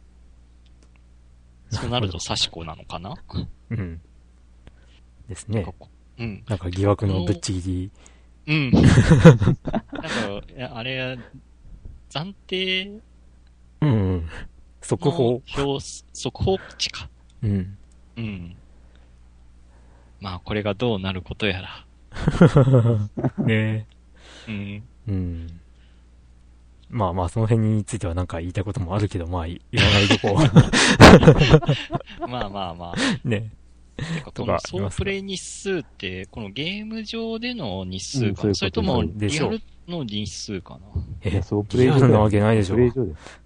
Speaker 2: そうなると、サシコなのかな
Speaker 1: うん。です
Speaker 2: なん
Speaker 1: ね
Speaker 2: か。こうん。
Speaker 1: なんか疑惑のぶっちぎ
Speaker 2: うん。なんか、いやあれ、暫定
Speaker 1: り。うん、うん。 速報
Speaker 2: の。表、速報値か。
Speaker 1: うん。
Speaker 2: うん。まあ、これがどうなることやら。
Speaker 1: ね
Speaker 2: うん。
Speaker 1: え。うん。まあまあ、その辺についてはなんか言いたいこともあるけど、まあ、いいらないとこ。
Speaker 2: まあまあまあ。
Speaker 1: ね。
Speaker 2: てか
Speaker 1: とか
Speaker 2: この
Speaker 1: ありま
Speaker 2: 総
Speaker 1: すね
Speaker 2: プレイ日数って、このゲーム上での日数か、
Speaker 3: うん
Speaker 2: そ
Speaker 3: そ
Speaker 2: れ
Speaker 3: ういうこと
Speaker 2: とも
Speaker 1: で
Speaker 2: リ
Speaker 1: し
Speaker 2: ア
Speaker 1: ょう
Speaker 2: ルの日数か
Speaker 3: い
Speaker 1: え
Speaker 3: や、、そうプレ イ
Speaker 1: リア
Speaker 3: 上
Speaker 1: ル
Speaker 3: だ
Speaker 1: なわ
Speaker 3: よ。
Speaker 1: けないでしょ
Speaker 3: プレ。イ上です。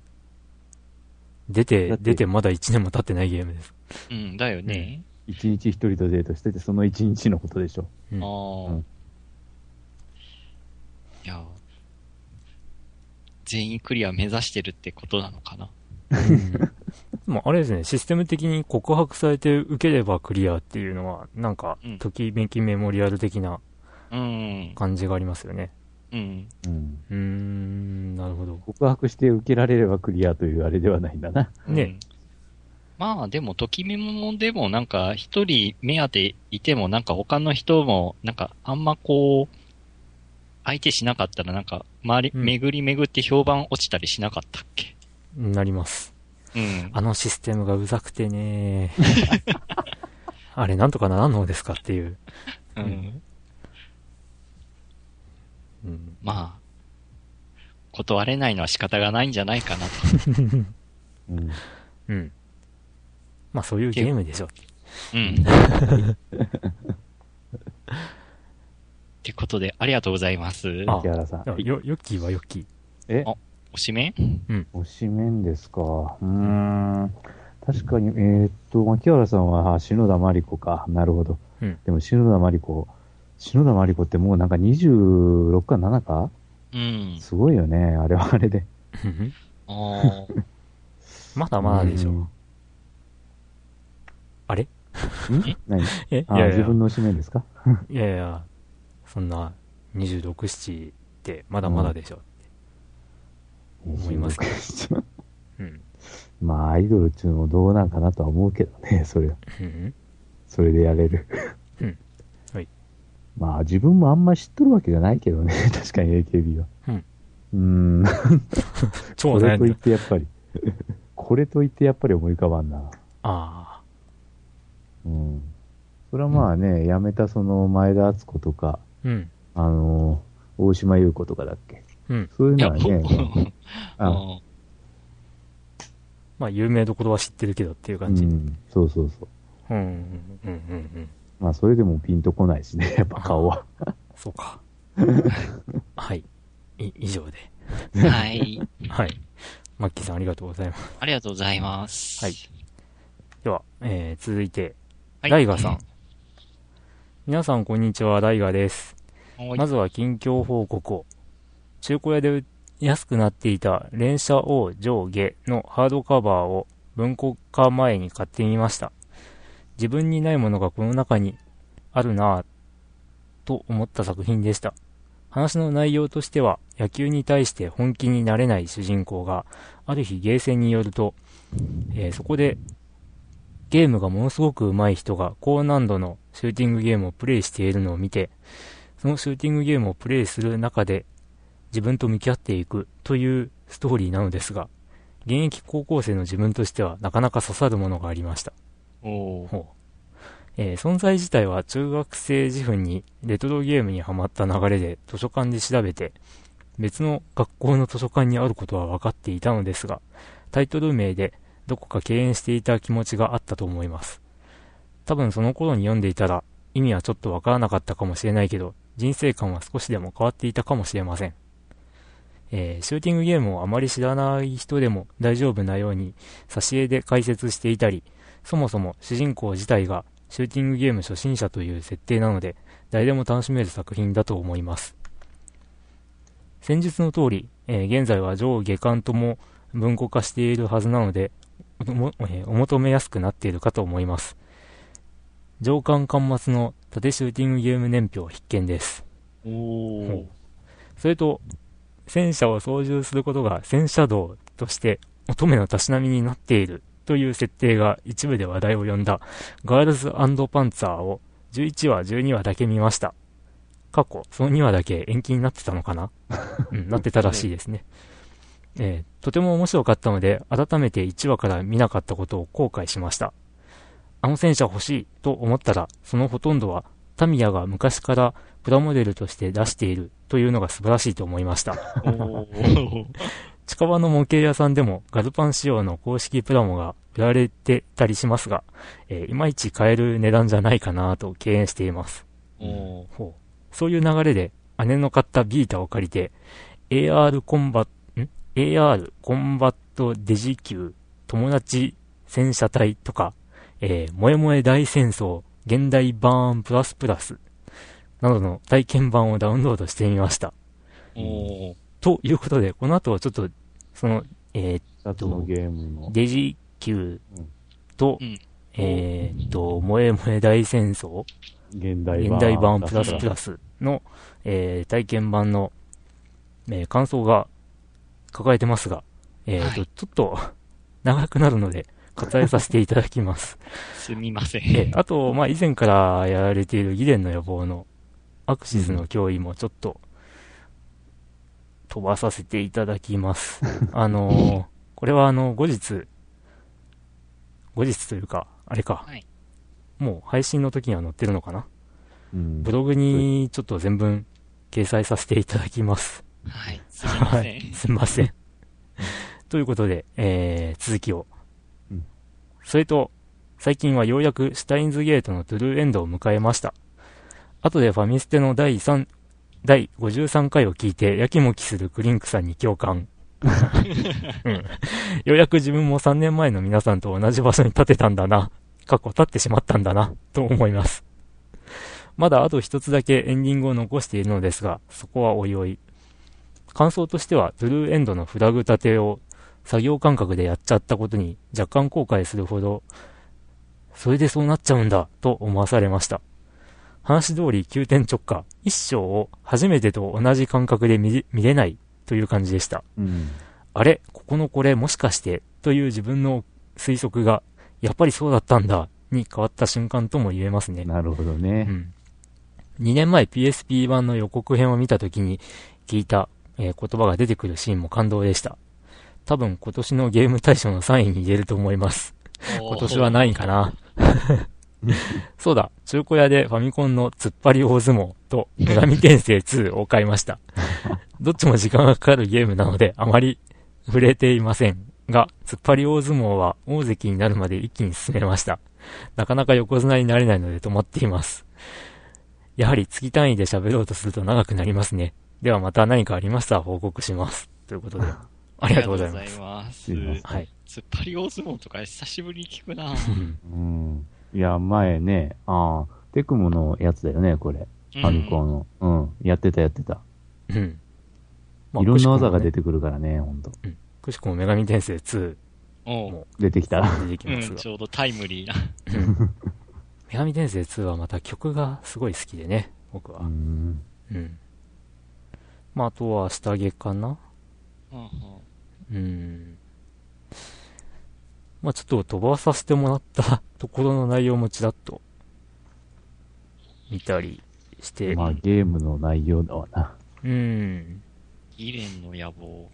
Speaker 1: 出て
Speaker 3: だっ、て
Speaker 1: 出てまだ1年も経ってないゲームです。
Speaker 2: な。うん、だよね。
Speaker 3: 一日一人とデートしてて、その一日のことでしょ。
Speaker 1: うん
Speaker 2: ああ、
Speaker 3: うん
Speaker 2: いや、全員クリア目指してるってことなのかな。
Speaker 1: でもあれですね、システム的に告白されて受ければクリアっていうのは、なんか
Speaker 2: うん、
Speaker 1: ときめきメモリアル的な
Speaker 2: うん、
Speaker 1: 感じがありますよね。
Speaker 2: うん。
Speaker 3: うん。
Speaker 1: うーん、なるほど。
Speaker 3: 告白して受けられればクリアというあれではないんだな。
Speaker 1: ね
Speaker 2: うんまあでも、ときめもでもなんか、一人目当ていてもなんか他の人も、なんかあんまこう、相手しなかったらなんか、周り、
Speaker 1: うん
Speaker 2: 巡り巡って評判落ちたりしなかったっけ
Speaker 1: なります。
Speaker 2: うん。
Speaker 1: あのシステムがうざくてね あれ、なんとかならんのですかっていう。
Speaker 2: うん。
Speaker 1: うん、
Speaker 2: まあ、断れないのは仕方がないんじゃないかなと。
Speaker 3: うん。
Speaker 1: うん。まあ、そういうゲームでしょ。
Speaker 2: うん。 ってことで、ありがとうございます。
Speaker 1: あ
Speaker 3: 木原さん。
Speaker 1: だからよ、よっきーはよっきー。
Speaker 3: え
Speaker 2: あおしめ
Speaker 3: 推しメンですか。うーん。確かに、えーっと、牧原さんは、あ篠田麻里子か。なるほど。
Speaker 1: うん
Speaker 3: でも、篠田麻里子、篠田麻里子ってもうなんか26か7か
Speaker 2: うん。
Speaker 3: すごいよね。あれはあれで。
Speaker 2: ああ。
Speaker 1: まだまだでし
Speaker 3: う
Speaker 1: ょ
Speaker 3: ん。
Speaker 1: あれ
Speaker 3: ん何
Speaker 1: えい
Speaker 3: あ
Speaker 1: やい
Speaker 3: 自
Speaker 1: や、
Speaker 3: 分の推しメンですか
Speaker 1: いやいや、そんな、26、7って、まだまだでしょ。思いますけ
Speaker 3: 26
Speaker 1: うん。
Speaker 3: まあ、アイドルっていうのもどうなんかなとは思うけどね。それは
Speaker 1: うん。
Speaker 3: それでやれる。
Speaker 1: うんはい。
Speaker 3: まあ、自分もあんま知っとるわけじゃないけどね。 確かに AKB は。
Speaker 1: うん。
Speaker 3: うーん。
Speaker 1: 超
Speaker 3: これ
Speaker 1: 悩
Speaker 3: と
Speaker 1: ん
Speaker 3: いっ
Speaker 1: だ。
Speaker 3: てやっぱり、これといってやっぱり思い浮かばんな。
Speaker 1: あ
Speaker 3: うん。それはまあね、辞めたその前田敦子とか、
Speaker 1: あ。うん。
Speaker 3: あのー大島優子とかだっけ。
Speaker 1: うん。
Speaker 3: そういう
Speaker 2: い
Speaker 3: の
Speaker 2: や、
Speaker 3: は
Speaker 2: 僕
Speaker 3: ね、
Speaker 2: も、
Speaker 3: あ
Speaker 2: あ
Speaker 1: まあ、有名どころは知ってるけどっていう
Speaker 3: う
Speaker 1: 感じ。うん。
Speaker 3: ん、そうそうそう。
Speaker 1: うん。うん。うん。うん。
Speaker 3: まあ、それでもピンとこないしね、やっ ぱ顔は。
Speaker 1: そう か。はい。い、以上で。
Speaker 2: ーはい。
Speaker 1: はい。マッキーさんありがとうございます。
Speaker 2: ありがとうございます。
Speaker 1: はい。では、えー、続いて、
Speaker 2: はい
Speaker 1: ライガさん。。皆さんこんにちは、ライガです。
Speaker 2: はい
Speaker 1: まずは近況報告を。中古屋で安くなっていた連射王上下のハードカバーを文庫化前に買ってみました。自分にないものがこの中にあるなぁと思った作品でした。話の内容としては野球に対して本気になれない主人公がある日ゲーセンによると、えーそこでゲームがものすごく上手い人が高難度のシューティングゲームをプレイしているのを見てそのシューティングゲームをプレイする中で自分と向き合っていくというストーリーなのですが、現役高校生の自分としてはなかなか刺さるものがありました。
Speaker 2: おー
Speaker 1: ほうえー存在自体は中学生時分にレトロゲームにハマった流れで図書館で調べて、別の学校の図書館にあることは分かっていたのですが、タイトル名でどこか敬遠していた気持ちがあったと思います。多分その頃に読んでいたら意味はちょっと分からなかったかもしれないけど、人生観は少しでも変わっていたかもしれません。えーシューティングゲームをあまり知らない人でも大丈夫なように挿絵で解説していたり、そもそも主人公自体がシューティングゲーム初心者という設定なので、誰でも楽しめる作品だと思います。先日の通り、えー現在は上下巻とも文庫化しているはずなので、おもえーお求めやすくなっているかと思います。上巻端末の縦シューティングゲーム年表必見です。
Speaker 2: お
Speaker 1: ほ
Speaker 2: お
Speaker 1: う。それと、戦車を操縦することが戦車道として乙女のたしなみになっているという設定が一部で話題を呼んだガールズパンツァーを11話、12話だけ見ました。過去、その2話だけ延期になってたのかなうん、なってたらしいですね。えーとても面白かったので、改めて1話から見なかったことを後悔しました。あの戦車欲しいと思ったら、そのほとんどはタミヤが昔からプラモデルとして出しているというのが素晴らしいと思いました。
Speaker 2: おー
Speaker 1: 近場の模型屋さんでもガルパン仕様の公式プラモが売られてたりしますが、えーいまいち買える値段じゃないかなと敬遠しています。
Speaker 2: おー
Speaker 1: ほうそういう流れで姉の買ったビータを借りて AR コンバん AR コンバットデジ級友達戦車隊とか、えー、萌え萌え大戦争現代バーンプラスプラスなどの体験版をダウンロードしてみました。
Speaker 2: おー
Speaker 1: ということで、この後はちょっと、その、え
Speaker 3: 二つのゲームの
Speaker 1: ー、。デジ級と、
Speaker 2: うん
Speaker 1: えーっと、萌え萌え大戦争、
Speaker 3: 現代版。
Speaker 1: 現代版プラスプラスの、えー体験版の、えー感想が書かれてますが、えーっと、
Speaker 2: は
Speaker 1: ちょっと、長くなるので、割愛させていただきます。
Speaker 2: すみません。
Speaker 1: えーあと、まあ、以前からやられているギデンの予防のアクシスの脅威もちょっと飛ばさせていただきます。あのーこれはあの、後日、後日というか、あれか、
Speaker 2: はい
Speaker 1: もう配信の時には載ってるのかな
Speaker 3: うん
Speaker 1: ブログにちょっと全文掲載させていただきます。
Speaker 2: はい。すみません。
Speaker 1: すみません。ということで、えー、続きを。
Speaker 3: うん
Speaker 1: それと、最近はようやくシュタインズゲートのトゥルーエンドを迎えました。後でファミステの第3、第53回を聞いて、やきもきするクリンクさんに共 感。うん、ようやく自分も3年前の皆さんと同じ場所に立てたんだな。過去立ってしまったんだな、と思います。まだあと一つだけエンディングを残しているのですが、そこはおいおい。感想としては、トゥルーエンドのフラグ立てを作業感覚でやっちゃったことに若干後悔するほど、それでそうなっちゃうんだ、と思わされました。話通り急転直下、一生を初めてと同じ感覚で見れ見れないという感じでした。
Speaker 3: うん。
Speaker 1: あれここのこれもしかしてという自分の推測が、やっぱりそうだったんだ、に変わった瞬間とも言えますね。
Speaker 3: なるほど
Speaker 1: う
Speaker 3: ね。
Speaker 1: ん、2年前 PSP 版の予告編を見た時に聞いた、えー言葉が出てくるシーンも感動でした。多分今年のゲーム大賞の3位に入れると思います。今年はないんか な。そうだ、中古屋でファミコンの突っ張り大相撲と女神転生2を買いました。 どっちも時間がかかるゲームなのであまり触れていませんが、突っ張り大相撲は大関になるまで一気に進めました。なかなか横綱になれないので止まっています。やはり月単位で喋ろうとすると長くなりますね。ではまた何かありましたら報告します。ということ で、ありがとうございます。
Speaker 2: ます
Speaker 3: ありがとうございま
Speaker 1: はい。
Speaker 2: 突っ張り大相撲とか久しぶりに聞くな
Speaker 3: うん。いや、前ね、ああ、テクモのやつだよね、これ。
Speaker 2: フ
Speaker 3: ファミコンの。うん。やってた、やってた。
Speaker 1: うん。
Speaker 3: いろんな技が出
Speaker 1: て
Speaker 3: てくるからね、ほんと。
Speaker 1: くしくも女神転生2
Speaker 2: おう
Speaker 3: 出てきたら。
Speaker 1: 出てき
Speaker 2: う
Speaker 1: ます
Speaker 2: ん、
Speaker 1: が
Speaker 2: ち。ょうどタイムリーな。
Speaker 1: 女神転生2はまた曲がすごい好きでね、僕
Speaker 3: う
Speaker 1: は。
Speaker 3: ん。
Speaker 1: うん。まあ、あとは下着かな
Speaker 2: うんうん
Speaker 1: うん。まあ、ちょっと飛ばさせてもらったところの内容もちらっと見たりして、
Speaker 3: まあ、ゲームの内容だわな。
Speaker 1: うん。
Speaker 2: ギレンの野望。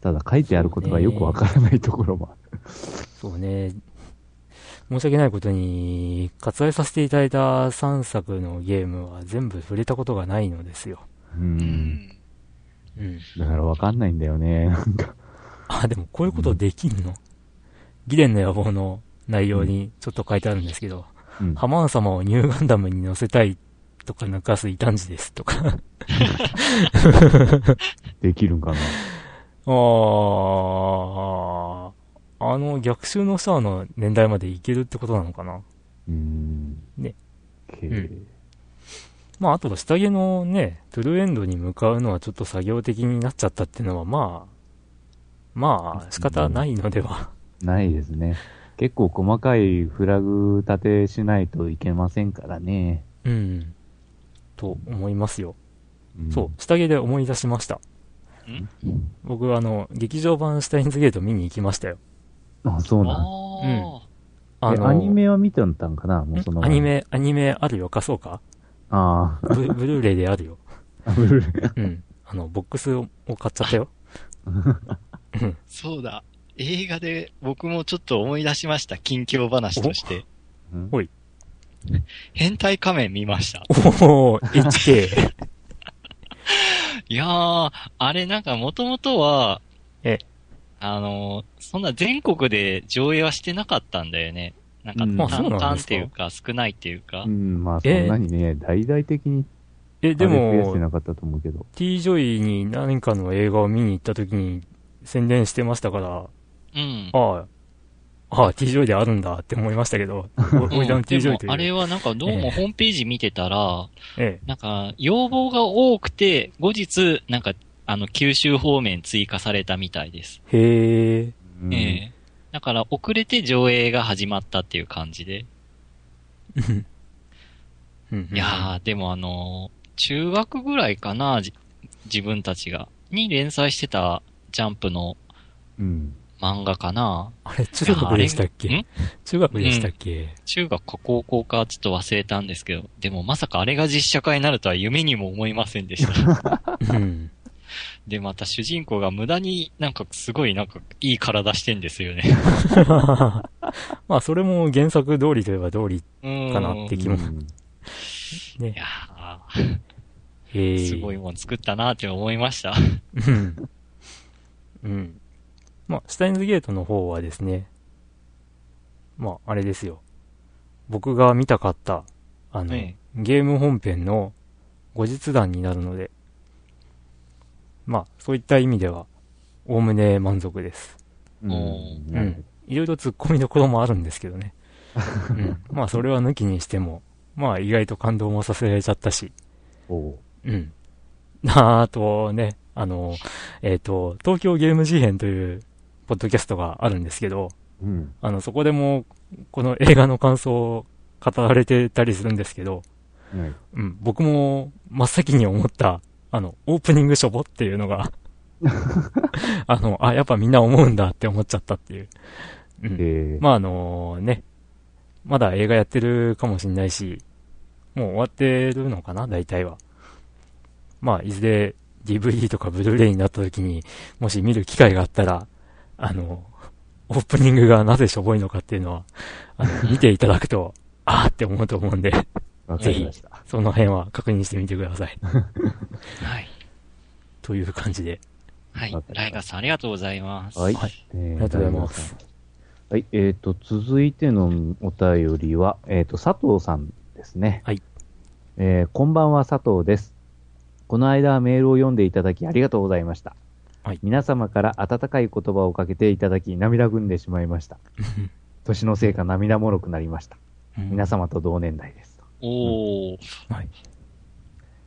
Speaker 3: ただ、書いてあることがよくわからないところもある。
Speaker 1: そうね。申し訳ないことに、割愛させていただいた3作のゲームは全部触れたことがないのですよ。
Speaker 3: う。
Speaker 2: うんん。
Speaker 1: うん。
Speaker 3: だからわかんないんだよね。なんか。
Speaker 1: あ、でもこういうことできんの、ギレンの野望の内容にちょっと書いてあるんですけど、
Speaker 3: うん
Speaker 1: ハマーン様をニューガンダムに乗せたいとか抜かす異端児です とか。
Speaker 3: できるんかな。
Speaker 1: あー、あの逆襲のシャアの年代までいけるってことなのかな
Speaker 3: うん。
Speaker 1: ね。
Speaker 3: け
Speaker 1: うんまあ、あと、下着のね、トゥルーエンドに向かうのはちょっと作業的になっちゃったっていうのは、まあ、まあ、仕方ないのでは、
Speaker 3: ないですね。結構細かいフラグ立てしないといけませんからね。
Speaker 1: うん。と思いますよ。
Speaker 3: ん
Speaker 1: そう、下着で思い出しました。
Speaker 2: ん
Speaker 1: 僕、あの、劇場版シュタインズゲート見に行きましたよ。
Speaker 3: あ、そうなん
Speaker 2: あ
Speaker 1: あ
Speaker 3: え
Speaker 1: の、
Speaker 3: アニメは見てたんかなもうその
Speaker 1: アニメ、アニメあるよ、貸そうか
Speaker 3: あ
Speaker 1: ブルブルーレイであ るよ。
Speaker 3: あ、ブルーレイ
Speaker 1: うん。あの、ボックスを買っちゃ ったよ。うん
Speaker 2: あ、そうだ。映画で僕もちょっと思い出しました。近況話として。
Speaker 3: うん
Speaker 1: おい
Speaker 2: 変態仮面見ました。
Speaker 1: おー、HK。
Speaker 2: いやー、あれなんかもともとは、
Speaker 1: え
Speaker 2: あのー、そんな全国で上映はしてなかったんだよね。なん
Speaker 3: うん
Speaker 2: か
Speaker 3: あそう
Speaker 1: なんですか
Speaker 2: 単単っていうか少ないっていうか
Speaker 3: う。ん、まあそ
Speaker 1: え
Speaker 3: んなにね、大々的に
Speaker 1: え、で
Speaker 3: あれ増やして
Speaker 1: も、
Speaker 3: なかったと思うけど。
Speaker 1: T ・ジョイに何かの映画を見に行った時に宣伝してましたから、
Speaker 2: うん。
Speaker 1: ああ、ああ、T ・ジョイであるんだって思いましたけど、
Speaker 2: うん
Speaker 1: お俺らの T ・ジョ
Speaker 2: でも
Speaker 1: イという。
Speaker 2: あれはなんかどう
Speaker 1: ええ
Speaker 2: もホームページ見てたら、
Speaker 1: え
Speaker 2: なんか要望が多くて、後日、なんかあの九州方面追加されたみたいです。
Speaker 1: え、へえ、
Speaker 3: うん
Speaker 2: ええだから遅れて上映が始まったっていう感じで。
Speaker 1: うん
Speaker 2: いやー、でもあのー中学ぐらいかな、じ自分たちが。に連載してたジャンプの
Speaker 3: うん。
Speaker 2: 漫画かな。
Speaker 1: あれ、中学でしたっ
Speaker 2: いやあれ
Speaker 1: け
Speaker 2: ん
Speaker 1: 中学でしたっけ、
Speaker 2: 中学か高校かちょっと忘れたんですけど、でもまさかあれが実写化になるとは夢にも思いませんでした。
Speaker 1: うん。
Speaker 2: で、また主人公が無駄になんかすごいなんかいい体してんですよね。
Speaker 1: まあ、それも原作通りといえば通り。
Speaker 2: うーん。
Speaker 1: かなって気も
Speaker 3: うん
Speaker 2: いや
Speaker 1: ね。
Speaker 2: ー
Speaker 1: へえ。
Speaker 2: すごい。もん作ったなって思いました。
Speaker 1: うん。うん。まあ、シュタインズゲートの方はですね、まあ、あれですよ。僕が見たかった、あの、
Speaker 2: え
Speaker 1: ゲーム本編の後日談になるので、まあ、そういった意味では、おおむね満足です。
Speaker 3: うん
Speaker 2: お
Speaker 1: う。
Speaker 3: なん
Speaker 1: いろいろ突っ込みどころもあるんですけどね。うん、まあ、それは抜きにしても、まあ、意外と感動もさせられちゃったし、
Speaker 3: お
Speaker 1: うん。あとね、あの、えっ、と、東京ゲーム事変という、ポッドキャストがあるんですけど、
Speaker 3: うん。
Speaker 1: あの、そこでも、この映画の感想を語られてたりするんですけど、
Speaker 3: はい
Speaker 1: うん、僕も真っ先に思った、あの、オープニングしょぼっていうのが、あの、あ、やっぱみんな思うんだって思っちゃったっていう。うん。
Speaker 3: え
Speaker 1: まああのね、まだ映画やってるかもしんないし、もう終わってるのかな、大体は。まあ、いずれ DVD とかブルーレイになった時に、もし見る機会があったら、あの、オープニングがなぜしょぼいのかっていうのは、あの、見ていただくと、あーって思うと思うんで、
Speaker 3: あ、わかりました。
Speaker 1: その辺は確認してみてください。
Speaker 2: はい。
Speaker 1: という感じで。
Speaker 2: はい
Speaker 3: わかりまし。た
Speaker 2: ライガーさんありがとうございます。
Speaker 3: はい。
Speaker 1: はい
Speaker 3: えー
Speaker 1: ありがとうございます。
Speaker 3: はい、えっ、と、続いてのお便りは、えっ、と、佐藤さんですね。
Speaker 1: はい。
Speaker 3: えーこんばんは、佐藤です。この間メールを読んでいただきありがとうございました。
Speaker 1: はい
Speaker 3: 皆様から温かい言葉をかけていただき、涙ぐんでしまいました。年のせいか涙もろくなりました。皆様と同年代です。
Speaker 2: おー。
Speaker 1: はい。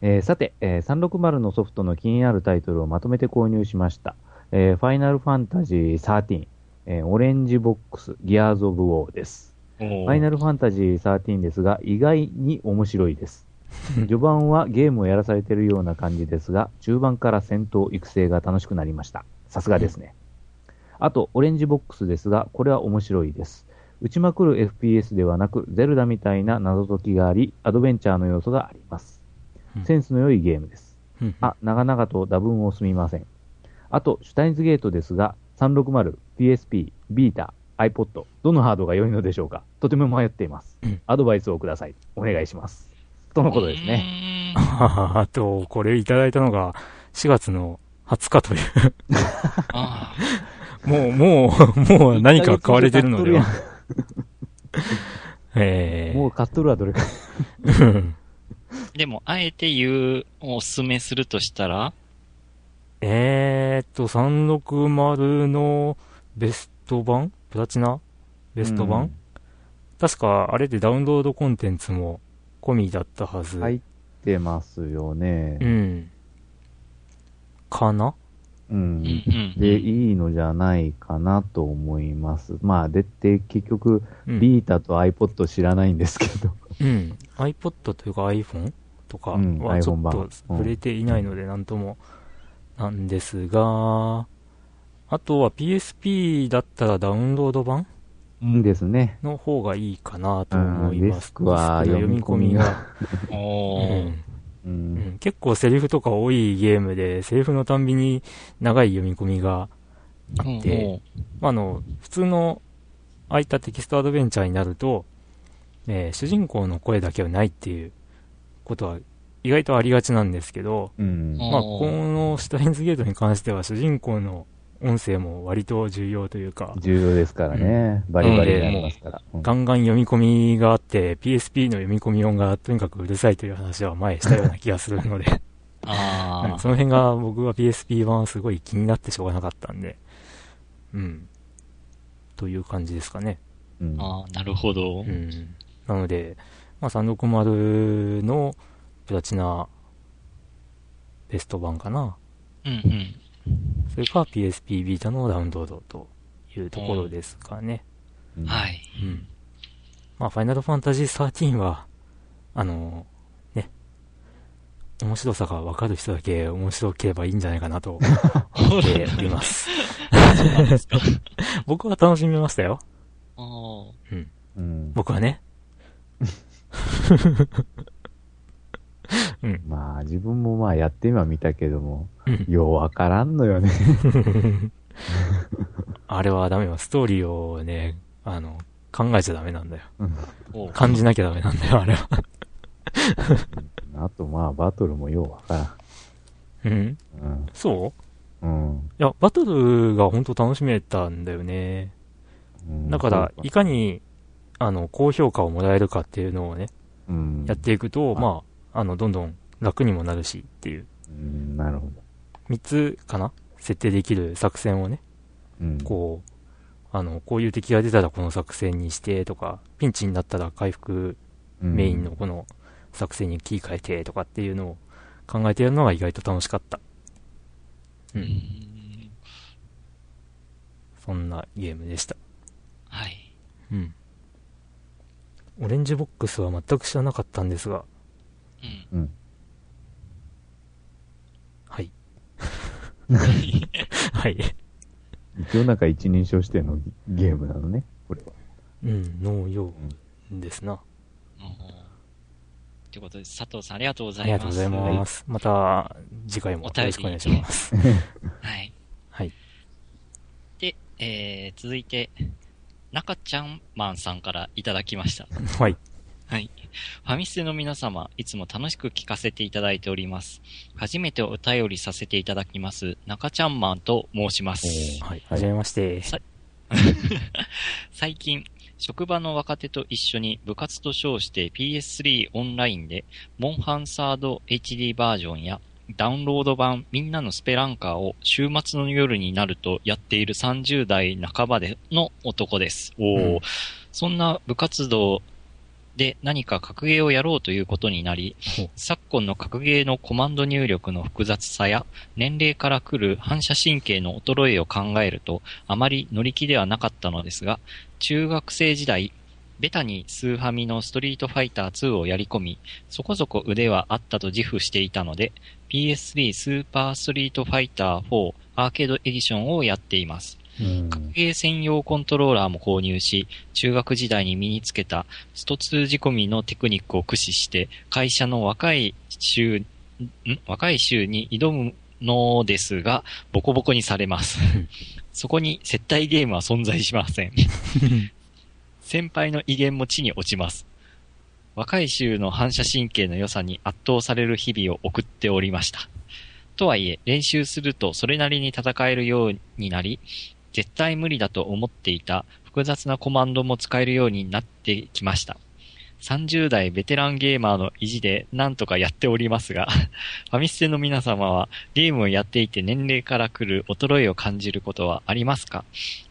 Speaker 3: えーさて、えー360のソフトの気になるタイトルをまとめて購入しました。えーファイナルファンタジー13、えーオレンジボックス、ギアーズ・オブ・ウォーです。
Speaker 2: おー
Speaker 3: ファイナルファンタジー13ですが、意外に面白 いです。序盤はゲームをやらされてるような感じですが、中盤から戦闘育成が楽しくなりました。さすがですね。あと、オレンジボックスですが、これは面白いです。打ちまくる FPS ではなく、ゼルダみたいな謎解きがあり、アドベンチャーの要素があります
Speaker 1: う。ん
Speaker 3: センスの良いゲームです。
Speaker 1: うん
Speaker 3: あ、長々と打分をすみません。あと、シュタインズゲートですが、360、PSP、ビータ、iPod、どのハードが良いのでしょうかとても迷っています
Speaker 1: うん。
Speaker 3: アドバイスをください。お願いします。とのことですね。
Speaker 2: ね。
Speaker 1: あと、これいただいたのが4月の20日という、
Speaker 2: あ
Speaker 1: もう、もう、もう何か買われてるのでは。ええ
Speaker 3: もう買っとるわ、どれか。
Speaker 1: うん
Speaker 2: ーでも、あえて言う、おすすめするとしたら、
Speaker 1: えーっと、360のベスト版プラチナベスト版、確か、あれでダウンロードコンテンツも込みだったはず。
Speaker 3: 入ってますよね
Speaker 1: う。ん。かな
Speaker 3: うん
Speaker 2: うんうんうん。
Speaker 3: で、いいのじゃないかなと思います。まあ、で、で、結局、
Speaker 1: うん
Speaker 3: ビータと iPod 知らないんですけど。
Speaker 1: うん、iPod というか iPhone とか
Speaker 3: うん
Speaker 1: はちょ
Speaker 3: iPhone
Speaker 1: っと
Speaker 3: 版
Speaker 1: 触れていないのでなんともなんですが、あとは PSP だったらダウンロード版
Speaker 3: うんですね。
Speaker 1: の方がいいかなと
Speaker 3: うん
Speaker 1: 思い
Speaker 3: デ
Speaker 1: ま
Speaker 3: ス
Speaker 1: す。
Speaker 3: クは
Speaker 1: デスクの
Speaker 3: 読み込みが。。
Speaker 1: う
Speaker 2: おー
Speaker 1: ん
Speaker 3: う
Speaker 1: うんん結構セリフとか多いゲームで、セリフのたんびに長い読み込みがあ
Speaker 2: うん
Speaker 1: って、まあ、あの、普通のああいったテキストアドベンチャーになると、えー主人公の声だけはないっていうことは意外とありがちなんですけど、
Speaker 3: うん
Speaker 2: うん
Speaker 1: まあ、このシュタインズゲートに関しては主人公の音声も割と重要というか、
Speaker 3: 重要ですからね。バリバリになりますから。うん
Speaker 1: ガンガン読み込みがあって、PSP の読み込み音がとにかくうるさいという話は前したような気がするので、う
Speaker 2: あ
Speaker 1: ん
Speaker 2: あ。
Speaker 1: その辺が僕は PSP 版すごい気になってしょうがなかったんで、うん。という感じですかね。
Speaker 3: うん。
Speaker 2: ああ、なるほど。
Speaker 1: うん、なので、まあ、360のプラチナベスト版かな。
Speaker 2: うんうん。
Speaker 1: それか PSP ビータのダウンロードというところですかね。
Speaker 2: はいい。
Speaker 1: うん。まあ、ファイナルファンタジー13は、あの、ね、面白さがわかる人だけ面白ければいいんじゃないかなと思ってお り ます。僕は楽しみましたよ。
Speaker 2: あー
Speaker 1: うん。
Speaker 3: うん
Speaker 1: 僕は ね。うん。
Speaker 3: まあ、自分もまあやって今見たけども、
Speaker 1: うん
Speaker 3: ようわからんのよね。
Speaker 1: あれはダメよ。ストーリーをね、あの、考えちゃダメなんだよ。
Speaker 2: おう
Speaker 1: 感じなきゃダメなんだよ、あれは。
Speaker 3: あとまあ、バトルもようわか
Speaker 1: うん。
Speaker 3: らん。
Speaker 1: そう
Speaker 3: うん。うん
Speaker 1: いや、バトルが本当楽しめたんだよね。
Speaker 3: うん。
Speaker 1: だから
Speaker 3: そう、
Speaker 1: いかに、あの、高評価をもらえるかっていうのをね、
Speaker 3: うん
Speaker 1: やっていくと、
Speaker 3: あ
Speaker 1: まあ、あの、どんどん楽にもなるしっていう、
Speaker 3: うん、なるほど。
Speaker 1: 3つかな設定できる作戦をね、
Speaker 3: うん。
Speaker 1: こう、あの、こういう敵が出たらこの作戦にしてとか、ピンチになったら回復
Speaker 3: うん
Speaker 1: メインの。この作戦に切り替えてとかっていうのを考えてやるのが意外と楽しかった。う。
Speaker 2: うんん
Speaker 1: そんなゲームでした。
Speaker 2: はい。
Speaker 1: うん。オレンジボックスは全く知らなかったんですが、
Speaker 2: うん。
Speaker 3: うん。
Speaker 1: はい。はい。
Speaker 3: 一応なんか一人称してのゲームなのね、これは。
Speaker 1: うん、農業ですな。
Speaker 2: おうということで、佐藤さんありがとうござ
Speaker 1: あ
Speaker 2: います。
Speaker 1: りがとうございます。また次回もよろしくお願いします。
Speaker 2: はい。
Speaker 1: はい。
Speaker 2: で、えー、続いて、中ちゃんマンさんからいただきました。
Speaker 1: はい。
Speaker 2: はい。ファミステの皆様、いつも楽しく聞かせていただいております。初めてお便りさせていただきます、中ちゃんマンと申します。
Speaker 1: はい。はじめまして。
Speaker 2: 最近、職場の若手と一緒に部活と称して PS3 オンラインで、モンハンサード HD バージョンや、ダウンロード版みんなのスペランカーを週末の夜になるとやっている30代半ばでの男です。おー
Speaker 1: うん
Speaker 2: そんな部活動で何か格ゲーをやろうということになり
Speaker 1: ほ、
Speaker 2: 昨今の格ゲーのコマンド入力の複雑さや、年齢から来る反射神経の衰えを考えると、あまり乗り気ではなかったのですが、中学生時代、ベタにスーファミのストリートファイター2をやり込み、そこそこ腕はあったと自負していたので、PS3 スーパーストリートファイター4アーケードエディションをやっています。
Speaker 3: うん
Speaker 2: 格ゲー専用コントローラーも購入し、中学時代に身につけたスト2仕込みのテクニックを駆使して、会社の若い週、ん若い週に挑むのですが、ボコボコにされます
Speaker 1: うん。
Speaker 2: そこに接待ゲームは存在しません。先輩の威厳も地に落ちます。若い衆の反射神経の良さに圧倒される日々を送っておりました。とはいえ、練習するとそれなりに戦えるようになり、絶対無理だと思っていた複雑なコマンドも使えるようになってきました。30代ベテランゲーマーの意地でなんとかやっておりますが、 ファミステの皆様はゲームをやっていて年齢から来る衰えを感じることはありますか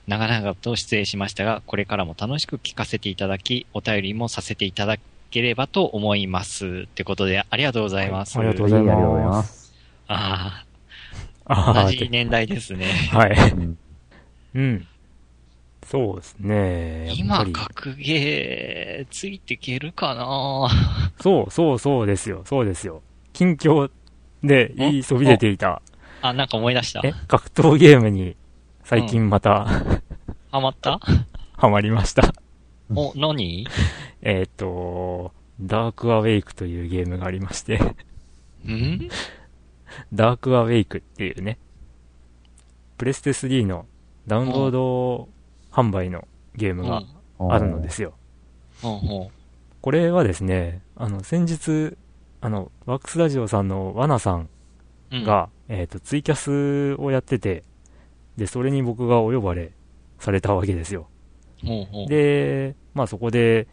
Speaker 2: 長々と失礼しましたが、これからも楽しく聞かせていただき、お便りもさせていただければと思います。ってことで、ありがとうございます。
Speaker 1: はいありがとうございます
Speaker 3: ありがとうございます。
Speaker 2: ああ。
Speaker 1: あ
Speaker 2: 同
Speaker 1: あ、
Speaker 2: じ年代で すね。
Speaker 1: はい。
Speaker 3: うん
Speaker 1: うん。そうですね。やっぱ
Speaker 2: 今、
Speaker 1: り
Speaker 2: 格ゲー、ついていけるかな
Speaker 1: そうそうそうですよ。そうですよ。近況で言いそびれていた、
Speaker 2: あ、なんか思い出した。
Speaker 1: え、格闘ゲームに最近また、
Speaker 2: ハマった
Speaker 1: ハマりました。
Speaker 2: お、何
Speaker 1: えっと、ダークアウェイクというゲームがありまして、
Speaker 2: ん
Speaker 1: ダークアウェイクっていうね、プレステ3のダウンロード販売のゲームがあるので。すよ。
Speaker 2: ほうほ
Speaker 1: これはですね、あの、先日、あの、ワークスラジオさんのワナさん
Speaker 2: う。うん、
Speaker 1: が、えっと、ツイキャスをやってて、で、それに僕がお呼ばれされたわけですよ。
Speaker 2: ほうほう。
Speaker 1: で、まあそこで、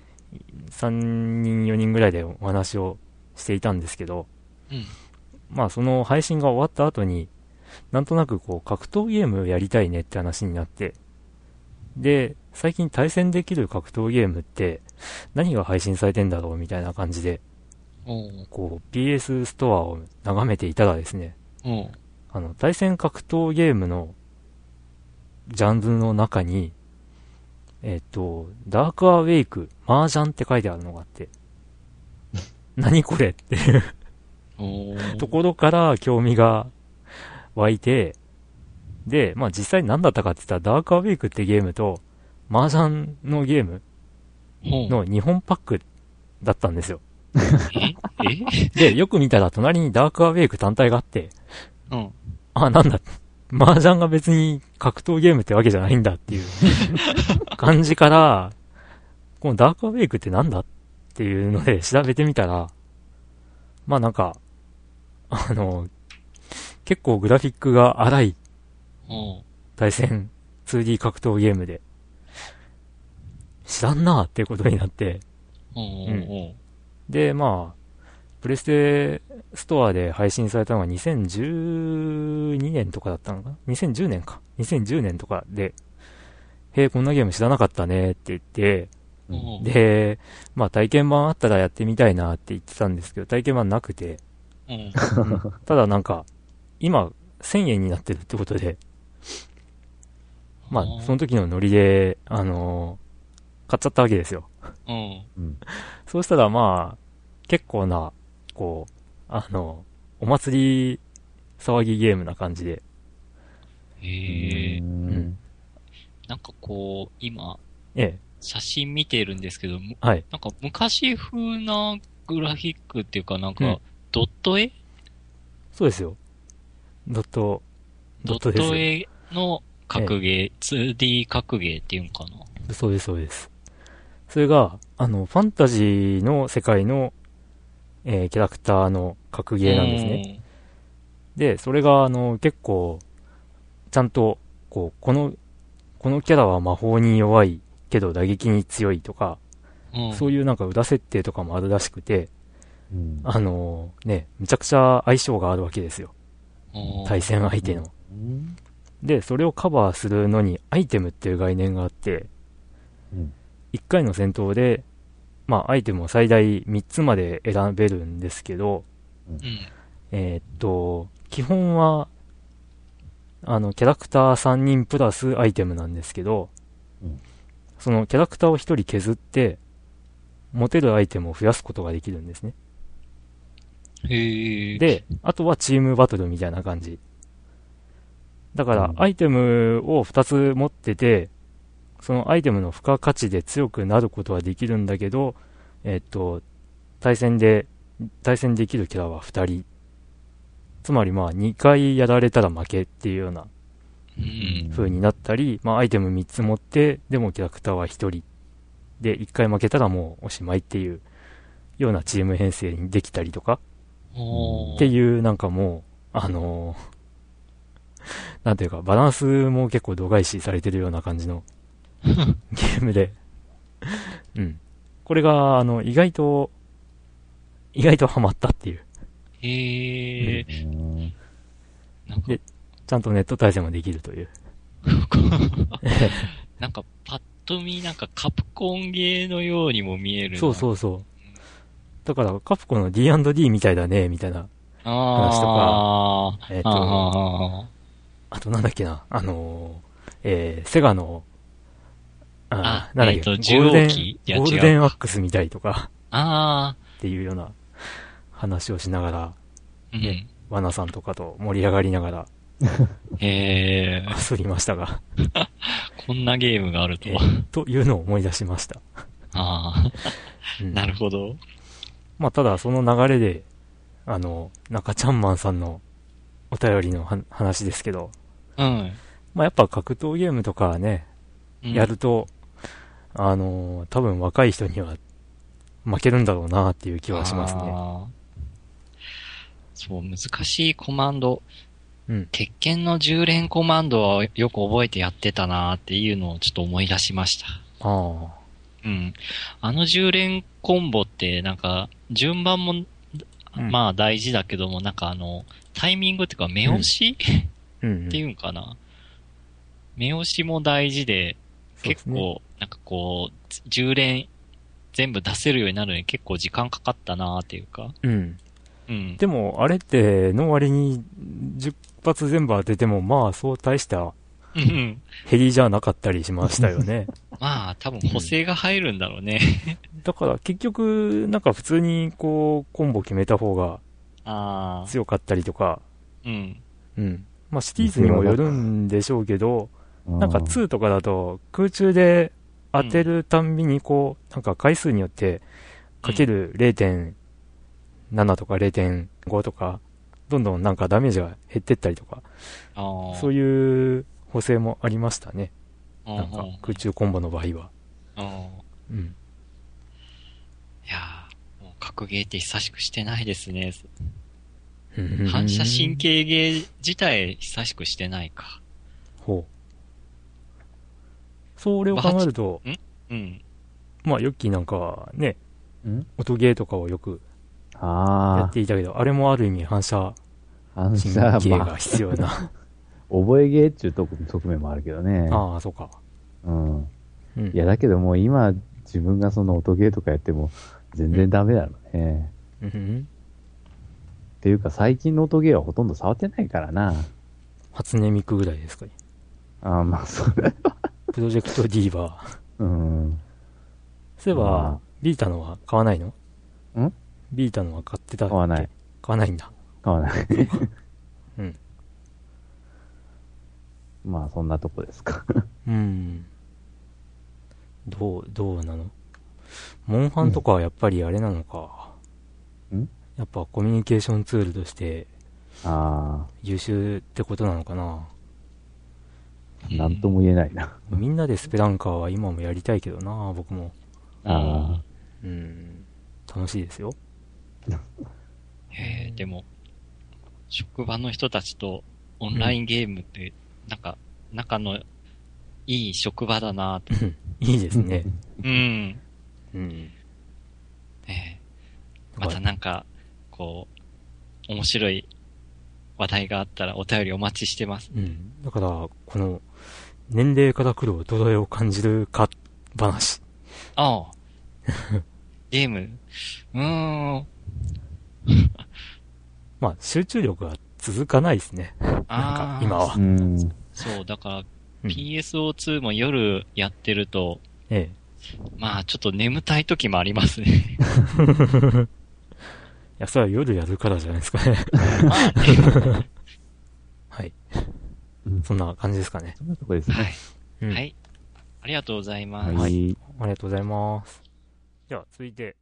Speaker 1: 3人、4人ぐらいでお話をしていたんですけど、
Speaker 2: うん
Speaker 1: まあその配信が終わった後に、なんとなくこう格闘ゲームやりたいねって話になって、で、最近対戦できる格闘ゲームって何が配信されてんだろうみたいな感じで、
Speaker 2: ほう
Speaker 1: こう PS ストアを眺めていたらですね、
Speaker 2: ほ
Speaker 1: あの、対戦格闘ゲームのジャンルの中に、えっと、ダークアウェイク、麻雀って書いてあるのがあって、何これっていう
Speaker 2: うほう。
Speaker 1: ところから興味が湧いて、で、まあ実際何だったかって言ったら、ダークアウェイクってゲームと、麻雀のゲーム
Speaker 2: ほう
Speaker 1: の2本パックだったんですよ。
Speaker 2: え
Speaker 1: で、よく見たら隣にダークアウェイク単体があって、
Speaker 2: うん。
Speaker 1: あ、なんだ。麻雀が別に格闘ゲームってわけじゃないんだっていう感じから、このダークアウェイクってなんだっていうので調べてみたら、まあなんか、あの、結構グラフィックが荒い
Speaker 2: ほ
Speaker 1: 対戦 2D 格闘ゲームで、知らんなーっていうことになって、
Speaker 2: う。ほうほ
Speaker 1: で、まあ、プレステストアで配信されたのが2012年とかだったのかな ?2010 年か。2010年とかで、へえ、こんなゲーム知らなかったねって言って、
Speaker 2: う。ほう。
Speaker 1: で、まあ体験版あったらやってみたいなって言ってたんですけど、体験版なくて、
Speaker 2: うん。
Speaker 1: ただなんか、今、1000円になってるってことで、まあ、その時のノリで、あのー買っちゃったわけですよ。
Speaker 2: うん。
Speaker 3: うん
Speaker 1: そうしたらまあ、結構な、こう、あの、お祭り騒ぎゲームな感じで。
Speaker 2: へえ。
Speaker 1: うん。
Speaker 2: なんかこう、今、
Speaker 1: ええ、
Speaker 2: 写真見てるんですけど、む
Speaker 1: はい。
Speaker 2: なんか昔風なグラフィックっていうか、なん
Speaker 1: うん
Speaker 2: か、ドット絵、
Speaker 1: そうですよ。ドット、ド
Speaker 2: ドッ
Speaker 1: ット
Speaker 2: ト
Speaker 1: ですよ
Speaker 2: 絵の格ゲー、2D 格ゲーっていうのかな。
Speaker 1: そうです、そうです。それが、あの、ファンタジーの世界の、えーキャラクターの格ゲーなんですね。
Speaker 2: ね。
Speaker 1: で、それが、あの、結構、ちゃんと、こう、この、このキャラは魔法に弱いけど打撃に強いとか、
Speaker 2: うん。
Speaker 1: そういうなんか裏設定とかもあるらしくて、
Speaker 3: うん
Speaker 1: あのね、むちゃくちゃ相性があるわけですよ。
Speaker 2: うん
Speaker 1: 対戦相手の。
Speaker 3: うん
Speaker 1: で、それをカバーするのにアイテムっていう概念があって、
Speaker 3: うん
Speaker 1: 1回の戦闘で、まあ、アイテムを最大3つまで選べるんですけど、
Speaker 2: うん。
Speaker 1: えーっと、基本は、あの、キャラクター3人プラスアイテムなんですけど、
Speaker 3: うん
Speaker 1: そのキャラクターを1人削って、持てるアイテムを増やすことができるんですね。
Speaker 2: へえ。、
Speaker 1: で、あとはチームバトルみたいな感じ。だか
Speaker 3: う
Speaker 1: ら、
Speaker 3: ん
Speaker 1: アイテムを2つ持ってて、そのアイテムの付加価値で強くなることはできるんだけど、えっと、対戦で、対戦できるキャラは2人。つまりまあ2回やられたら負けっていうような
Speaker 2: うん。
Speaker 1: 風になったり、まあアイテム3つ持って、でもキャラクターは1人。で、1回負けたらもうおしまいっていうようなチーム編成にできたりとか、
Speaker 2: おー
Speaker 1: っていう、なんかもう、あの ーなんていうか、バランスも結構度外視されてるような感じ のゲームで。うん。これが、あの、意外と、意外とハマったっていう。
Speaker 2: へえ。
Speaker 3: うん
Speaker 2: なんか
Speaker 1: でちゃんとネット対戦もできるという。
Speaker 2: なんか、パッと見、なんかカプコンゲーのようにも見えるな。
Speaker 1: そうそうそう。だから、カプコンの D&D みたいだね、みたいな話と
Speaker 2: あ
Speaker 1: えっ、
Speaker 2: あ。あ
Speaker 1: と、
Speaker 2: あ。
Speaker 1: あとなんだっけな、あのー、えー、セガの、
Speaker 2: あ
Speaker 1: ーなんだっけ、
Speaker 2: えーと
Speaker 1: ゴールデン
Speaker 2: 10号機いや
Speaker 1: ゴールデンワックス見たりとか、
Speaker 2: あ
Speaker 1: っていうような話をしながら、
Speaker 2: あ。うん。
Speaker 1: ワナさんとかと盛り上がりながら
Speaker 2: えー、
Speaker 1: 遊びました が、
Speaker 2: こんなゲームがあると
Speaker 1: え
Speaker 2: は。
Speaker 1: ーというのを思い出しました。
Speaker 2: あ
Speaker 1: う
Speaker 2: あ。
Speaker 1: ん
Speaker 2: なるほど。
Speaker 1: まあ、ただその流れで、あの、中ちゃんまんさんのお便りのは話ですけど、
Speaker 2: うん。
Speaker 1: まあ、やっぱ格闘ゲームとかね、
Speaker 2: うん
Speaker 1: やると、あのー、多分若い人には負けるんだろうなっていう気はしますね。
Speaker 2: あーそう、難しいコマンド。
Speaker 1: うん。
Speaker 2: 鉄拳の10連コマンドはよく覚えてやってたなーっていうのをちょっと思い出しました。
Speaker 1: ああ。
Speaker 2: うん。あの10連コンボって、なんか、順番も、
Speaker 1: うん
Speaker 2: まあ大事だけども、なんかあの、タイミングっていうか、目押し、
Speaker 1: うん、うん。
Speaker 2: ってい
Speaker 1: そう
Speaker 2: うんかな。目押しも大事で、
Speaker 1: うで
Speaker 2: 結
Speaker 1: すね。
Speaker 2: 構、なんかこう、10連全部出せるようになるのに結構時間かかったなーっていうか。
Speaker 1: うん。
Speaker 2: うん。
Speaker 1: でも、あれって、の割に10発全部当てても、まあ、そう大した
Speaker 2: うん
Speaker 1: 減りじゃなかったりしましたよ ね。
Speaker 2: まあ、多分補正が入るんだろうね。
Speaker 1: だから、結局、なんか普通に、こう、コンボ決めた方が
Speaker 2: ああ。
Speaker 1: 強かったりとか、
Speaker 2: うん。
Speaker 1: うん。まあ、シティーズにもよるんでしょうけど、なんか2とかだと空中で当てるたんびにこう、なんか回数によってかける0.7とか0.5とか、どんどんなんかダメージが減ってったりとか、
Speaker 2: ああ。
Speaker 1: そう
Speaker 2: い
Speaker 1: いう補正もありましたね。
Speaker 2: う
Speaker 1: なんか空中コンボの場合は。
Speaker 2: うん。い
Speaker 1: うん。
Speaker 2: やーもう格ゲーって久しくしてないですね。
Speaker 1: うん
Speaker 2: 反射神。経ゲー自体久しくしてないか。
Speaker 1: ほう。それを考えると、
Speaker 2: うん。
Speaker 1: まあ、ヨッキーなんかはね、
Speaker 3: うん
Speaker 1: 音ゲーとかをよくや
Speaker 3: あ
Speaker 1: っていたけど、あれもある意味反射
Speaker 3: あ、あの
Speaker 1: 神
Speaker 3: さ、
Speaker 1: 経
Speaker 3: ま
Speaker 1: が必 要な。
Speaker 3: あ、覚えゲーっていうとこ側面もあるけどね。
Speaker 1: ああ、そうか。
Speaker 3: うん。
Speaker 1: うん
Speaker 3: いや、だけどもう今、自分がその音ゲーとかやっても、全然ダメだろうね。
Speaker 1: うん
Speaker 3: っていうか、最近の音ゲーはほとんど触ってないからな。
Speaker 1: 初音ミクぐらいですかね。
Speaker 3: ああ、まあ、それ。
Speaker 1: プロジェクトディーバー。
Speaker 3: うん。
Speaker 1: そういえ
Speaker 3: ま
Speaker 1: ば
Speaker 3: あ、
Speaker 1: ビータのは買わないの
Speaker 3: ん
Speaker 1: ビータのは買ってたっけ
Speaker 3: 買わない。。
Speaker 1: 買わないんだ。
Speaker 3: 買わない。
Speaker 1: うん。
Speaker 3: まあ、そんなとこですか。
Speaker 1: うん。どう、どうなのモンハンとかはやっぱりあれなのか。
Speaker 3: うん
Speaker 1: やっぱコミュニケーションツールとして
Speaker 3: あ
Speaker 1: 優秀ってことなのかな。
Speaker 3: あ、なんとも言えないな。
Speaker 1: みんなでスペランカーは今もやりたいけどな、僕も。
Speaker 3: あ
Speaker 1: うん。楽しいですよ。
Speaker 2: へえ、でも、職場の人たちとオンラインゲームって、なんか、仲のいい職場だなと。
Speaker 1: いいです ね。
Speaker 2: うん。
Speaker 1: うん。
Speaker 2: ええまたなんか、こう、面白い話題があったらお便りお待ちしてます。
Speaker 1: うん。だから、この、年齢から来る衰えを感じるか、話。
Speaker 2: ああ。ゲーム。うーん。
Speaker 1: まあ、集中力が続かないですね。なんか
Speaker 2: ああ、
Speaker 1: 今。
Speaker 3: あ。
Speaker 1: は
Speaker 3: う。ん。
Speaker 2: そう、だから
Speaker 1: うん
Speaker 2: PSO2 も夜やってると、
Speaker 1: ええ。
Speaker 2: まあちょっと眠たい時もありま すね。
Speaker 1: いや、それは夜やるからじゃないですかね。
Speaker 2: まあね。
Speaker 1: はい。
Speaker 3: うん
Speaker 1: そんな感じですかね。
Speaker 3: そんなとこですね。
Speaker 2: はい。
Speaker 1: うん
Speaker 2: はい。ありがとうございます。
Speaker 3: はい。
Speaker 1: ありがとうございます。じゃあ、続いて、